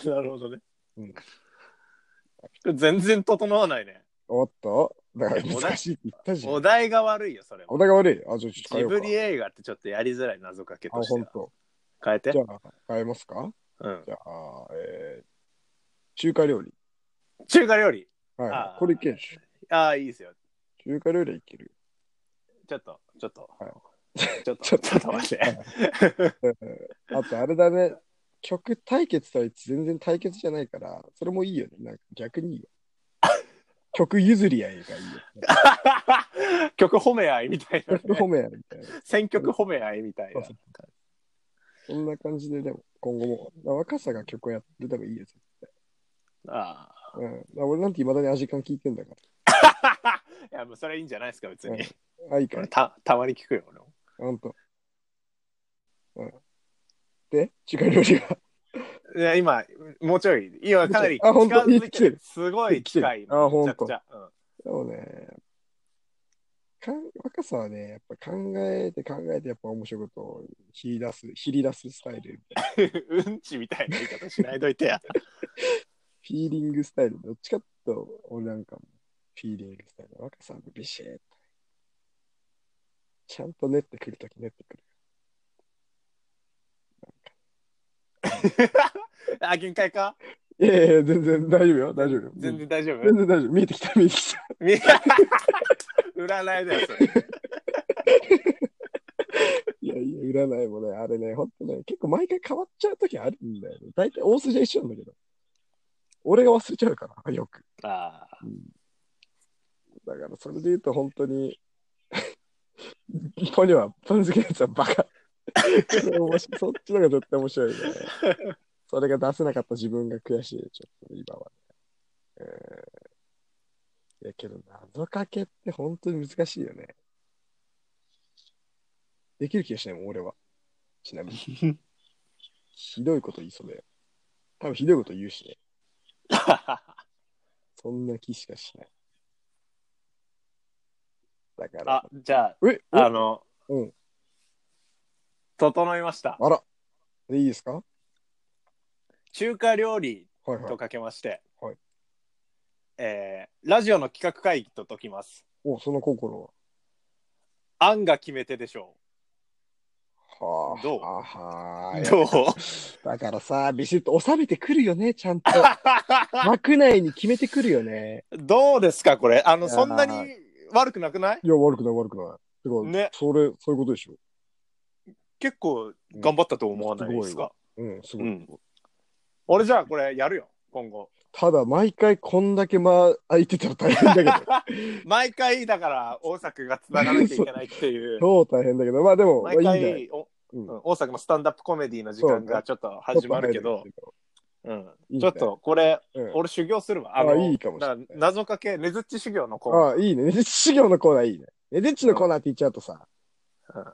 い。
なるほどね。
うん
全然整わないね。
おっとだから
いやお題
難しいって言ったじゃん。
お題が悪いよ、それ
お
は。
題が悪い。あ、じゃあちょっと変え
ジ
ようか。
ブリ映画ってちょっとやりづらい謎かけ
あ、
として
本
は。
当。
変えて
じ。ゃあ変えますか
うん。
じゃあ、えー、中華料理。
中華料理。
は
あ
い。
ー
これいけるでしょ。
ああ、いいですよ。
中華料理はいける。
ちょっと、ちょっと
はい。
ちょっと、
ち
ち
ょ
ょ
っ
っ
と
と、待って。
あとあれだね。曲対決とは全然対決じゃないから、それもいいよね。なんか逆にいいよ。曲譲り合いがいいよ。
曲褒め合いみたいな、ね。
曲褒め合いみたいな。
選曲褒め合いみたいな
そう。そんな感じで、でも今後も。若さが曲をやってた方がいいよ。絶
あ
対うん、俺なんて未だにアジカン聞いてんだか
あ。 いや、もうそれいいんじゃないですか、別に。
ら。あ、いいか
俺
い。
た、たまに聞くよ、俺も。
ほんと。うん、で、中華料理は。
いや、今、もうちょい、今かなり近
あ本当
づい
来て
て
る
る。すごい近い。
来てるあ本
め
当
ちゃくちゃうん
でもね、かん若さはね、やっぱ考えて考えて、やっぱ面白いことを切り出す、切り出すスタイル。
うん ちみたいな言い方しないといて や。
フィーリングスタイル、どっちかっていうと、俺なんかも、フィーリングスタイル、若さんビシッと。ちゃんと練ってくるとき練ってくる。
あ、限界か
いやいや、全然大丈夫よ、大丈夫よ。
全然大丈夫、
全然大丈夫。見えてきた、見えてきた。
み 占いだよ、それ。
いやいや、占いもね、あれね、ほんとね、結構毎回変わっちゃうときあるんだよね。大体大筋は一緒なんだけど。俺が忘れちゃうから、よく。
ああ。
だから、それで言うと、本当に、 ポニョは、ポン好きなやつはバカ。これ面白いそっちの方が絶対面白いね。それが出せなかった自分が悔しい、ちょっと今はね。えーいやけど、謎かけって本当に難しいよね。できる気がしないもん、俺は。ちなみに。ひどいこと言いそうだよ。多分ひどいこと言うしね。そんな気しかしない。だから。
あ、じゃあ、
え、
あの、
うん
整いました。
あら。で、いいですかはい
中華料理
は
と
い。
かけまして、
はいはい
えーラジオの企画会議と解きます。
お、その心は。
案が決め手でしょ
はあ。
どう
はあはあ
う。どう
だからさ、ビシッと収めてくるよね、ち ゃんと。枠内に決めてくるよね。
どうですか、これ。あ
い
の、
やー
そんなに悪くなくない
いや、悪くない、悪くない。てか、
ね
それ、そういうことでしょ。
結構頑張ったと思わないですか。
うん、すごい。
うん俺じゃあこれやるよ、今後。
ただ、毎回こんだけ間空いてたら大変 だけど。
毎回だから大作がつながなきゃいけないっていう。
超大変だけど。まあでも、まあ、いい
毎
んだよ。
回お、
う
うんん、大作のスタンダップコメディの時間がちょっと始まるけど、うん、ちょっとこれ、
うん
俺修行するわ。
あ
の
いいかもしれない
だら謎かけ、ねずっち修行の子。
ああ、いいね。ねずっち修行のコーナーいいね。ねずっちのコーナーって言っちゃうとさ、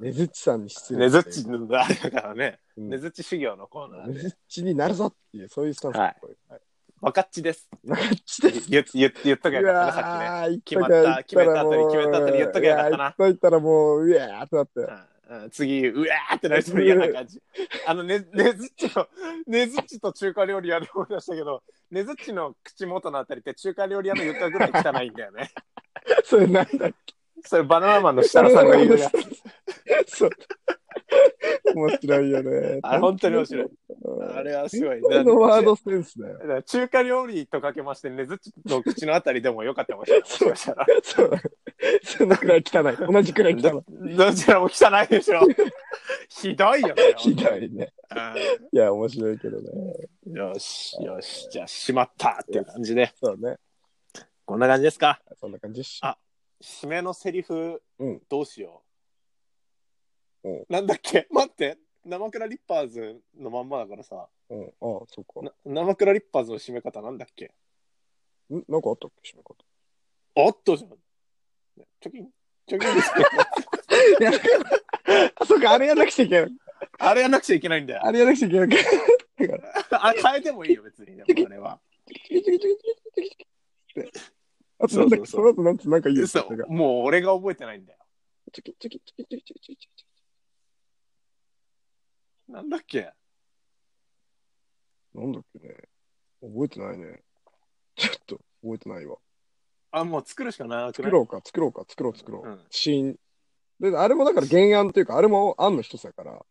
ねずっちさんに失礼。
ねずっちの、あれだからね、
うん
ねずっち修行のコーナー
ねずっちになるぞっていう、そういうスタンスっぽい。はい
分かっちです。
なんかちょっと
言っ言っ言っとけ
う
よかったな、さっきね。
わー、
決まった決めたあたり決めたあたり言っとけよかったな
な。言っといたらもう、うわーっ てなって。
うんうん次、うわーってなりそうな嫌な感じ。あのね、ねずっちの、ねずっちと中華料理屋で思い出したけど、ねずっちの口元のあたりって中華料理屋の床ぐらい汚いんだよね。
それなんだっ
それバナナマンの設楽さんが言うやつ。
け そう。面白いよね。
あれ本当に面白い。
うん。
あれはすごい。
これのワードセンスだよ。
だから中華料理とかけまして、ねずっちの口のあたりでもよかったかもしれない。もしかしたら
そうだね。そのくらい汚い。同じくらい汚い。
どちらも汚いでしょ。 ひどいよ、ね。
ひどいね。
う
いや、面白いけどね。
んよし、よし、じゃあ、しまったっていう感じで、
そうね。
こんな感じですか。
そんな感じっしょ
あ締めのセリフ
うん
どうしよう、
うん
なんだっけ 待って生倉リッパーズのまんまだからさ
うん。ああ、そっか。
な生倉リッパーズの締め方なんだっけ
んなんかあったっけ締め方。
おっとじゃんチョキンチョキンです けど
あ、そっか、あれやんなくちゃいけない。
あれやんなくちゃいけないんだよ
あれやんなくちゃいけ ない。
あれ変えてもいいよ別にでもあれは
あとなんだっけ、そ
そうそうそう
の後なんつなんか言う
嘘
なんか
もう俺が覚えてないんだよ
チョキチョキチョキチョキチョキチョキ
なんだっけ
なんだっけね。覚えてないね。ちょっと覚えてないわ。
あもう作るしかなくな
作
い
ろうか、作ろうか、作ろう、作ろ
う
う。
ん、
シーン。で、あれもだから原案というか、あれも案の一つだから。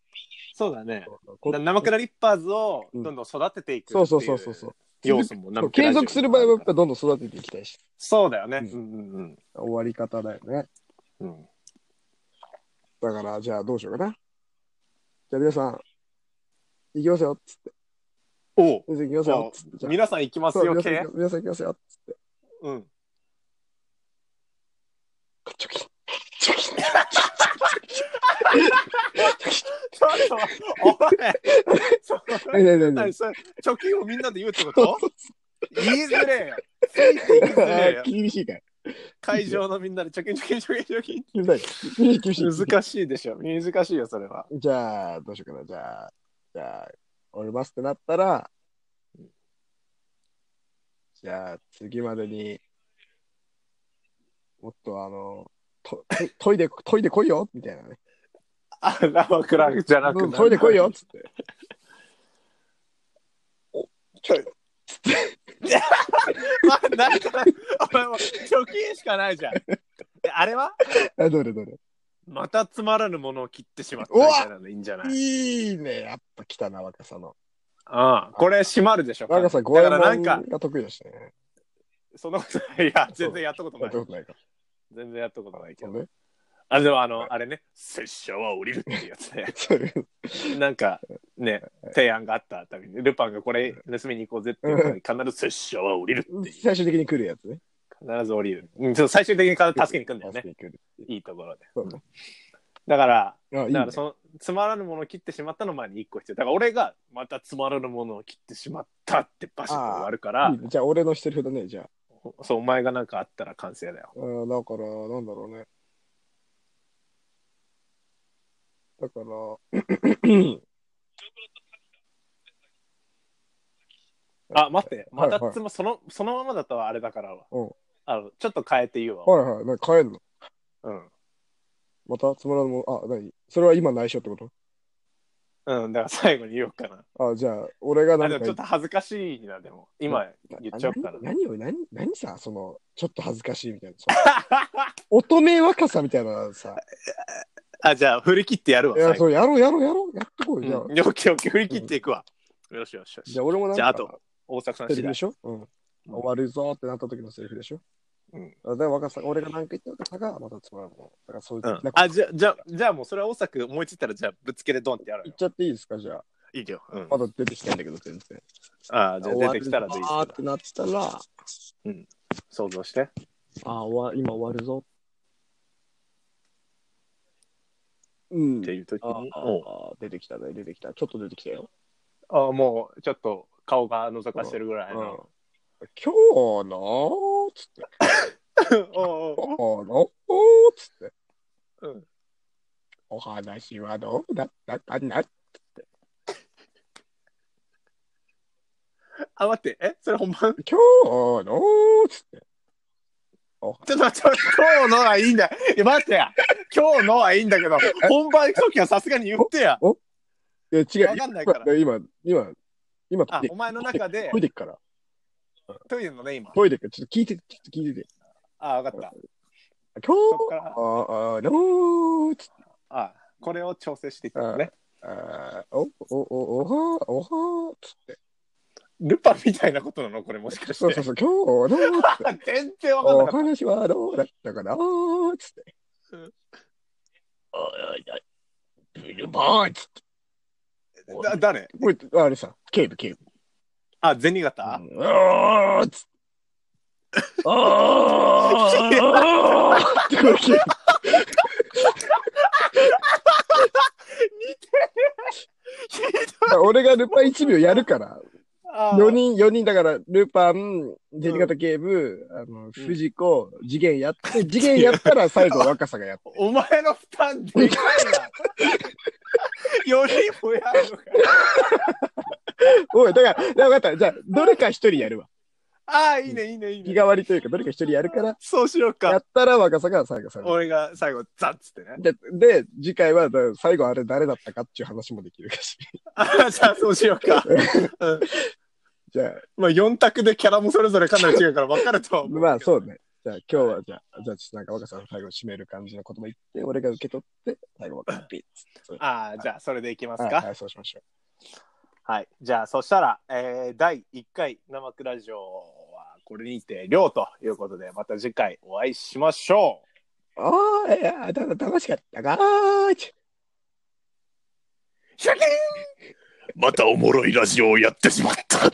そうだね
こ
だ生倉リッパーズをどんどん育てていくってい
そうそうそうそうそう。
要素も生倉
継
ラジオに
続する場合はやっぱどんどん育てていきたいし。
そうだよね
う
うんうんうん
終わり方だよね。
うん
だから、じゃあどうしようかな。じゃあ皆さん、行きますよ。つって
おう
皆さん行きますよ。つってじゃあ
皆さん行きます
そう
よ
皆さん
系
行き皆さん行きますよ。つって。
うん
チョキチョキ
ちょっとお前そ
何何何
何それ貯金をみんなで言うってこと言いづれえよついていきづれえよ
厳しいかい。
会場のみんなで貯金貯金貯金貯金
厳しい。厳しい。
難しいでしょ難しいよそれは
じゃあ、どうしようかな。じゃあ、じゃあ、降りますってなったら、じゃあ、次までに、もっとあの、ととトイレ、トイレ来いよみたいなね。
あ生クラじゃなく
トイレ来いよっつって。
ま あなんかお前もう貯金しかないじゃんえあれは
あ、どれどれ。
またつまらぬものを切ってしまったみたいなのいいんじゃない
いいね。やっぱ来たな、若さの。
ああこれ閉まるでしょ
若さ、
だ
五右衛
からなん
門
か
が得意だしね。
そんなことないいや全然やったことな
やっ
い
たことないか。
全然やったことないけ
そ
ど
うね。
あでもあのあれね拙者は降りるっていうやつ ね
そういう。
なんかね提案があったたびにルパンがこれ盗みに行こうぜっていうから必ず拙者は降りるっていう
最終的に来るやつね。
必ず降りる、うん、そう最終的に必ず助けに行くんだよ
助け
ね
に来る。
いいところで
そうね。
だから
あ、いい
だ
ね
からそのつまらぬものを切ってしまったの前に一個必要だから俺がまたつまらぬものを切ってしまったってバシッと終わるから
いいねじゃあ、俺のしてるだね、じゃあ。
そうお前が何かあったら完成だよ
うん、だから、なんだろうね。だから、
あ待ってまたつま、
はい
そのそのままだとあれだからわ
うん
あのちょっと変えて言うわ、
はいはい、なんか帰んの
うん
またつまらぬもの、あ、なにそれは今内緒ってこ
うん、だから最後に言おうかな。
とあ、じゃあ、俺が
あ
何
で
か
もちょっと恥ずかしいな、でも。今言っちゃおうかな。
何何を、何、何さ、その、ちょっと恥ずかしいみたいな。その乙女若さみたい なさ。
あ、じゃあ振り切ってやるわ。
いや、
最後
そう、やろう、やろう、やろう、やってこ
う
い、
ん
じゃあ。
オッケーオッケー、振り切っていくわ。よしよしよし
じゃ。あ、俺もなんか、
じゃああと大阪さん
セ
次
リフ
第
で。しょうん。終わるぞーってなった時のセリフでしょ
うん。
あだから若さ、俺が何か言った若さが、またつまらぬもの。だから、そういう
う
的なんこと、
あ、じゃあ、じゃあ、じゃあもうそれは大阪思いついたら、じゃあぶつけでドンってやる
言
よ
っ。ちゃっていいですか、じゃあ。
いいよ。うん、
まだ出てきたんだけど、全然。
あじゃあ出てきたらでいい
あーってなったら、あ
想像して。
ー終わ今終わるぞ。うん
って。いう時
あー
に。
あ
おう
ー出てきたね、出てきた。ちょっと出てきたよ。
あもうちょっと顔が覗かしてるぐらいの。
うん今日のーつって、
おうおう
今日のーつって、
うん
お話はどうだったかな
あ、待って、えそれ本番
今日のつって。
ちょっと待って、今日のはいいんだ。いや、待ってや。今日のはいいんだけど、本番行くときはさすがに言ってや。
いや、違う。
わかんないから
今、今、今、今、
あ、お前の中で
トイ、レ行くから。
トイレのね、今。
トイレ行くから。ちょっと聞いて、ちょっと聞いてて。
あ、わかった。
今
そっから
日、ああ、のつって。
あ、これを調整していくのね。
あーお、お、お、おは、おは、つって。
ルパンみたいなことなのこれもしか
そう
し
そう
て。
そう、今日の、つって。
全然 わかんな
お
かっ
話はどうだったかなつって。
うん
おいおいおい、ビルボーイつって。
た。だ誰
これ、あれさ、警部、警部。
あ、銭形、
うんおーっつって。おーってこれ警部俺がルパン1秒やるから、
あ
4人、四人だから、ルパン、銭形警部、あの、藤子、次元やって、次元やったら最後若さがやって。
お前の負担でかい な。よりもやるのか。
おい、だから、だから分かった。じゃあ、どれか1人やるわ。
ああ、いいね、いいね、いい
日
ね。
替わりというか、どれか1人やるから、
そうしよう
や
か
っ。たら若さが最後される。
俺が最後、ザッつってね。
で、で次回はだ最後あれ誰だったかっていう話もできるし。
あじゃあ、そうしよう か。うん、
じゃあ、
まあ、4択でキャラもそれぞれかなり違うから分かるとは思う。
まあそうね。じゃあ今日はじゃあ、じゃあちょっとなんか若さん最後締める感じの言葉言って、俺が受け取って、最後若さんピッつってそれ
ああ、じゃあ、それでいきます
はい
か。
はい、そうしましょう。
はい。じゃあ、そしたら、えー第1回生クラジオはこれにて量ということで、また次回お会いしましょう。
ああ、いや、ただ楽しかったかーち
シャキーン
またおもろいラジオをやってしまった。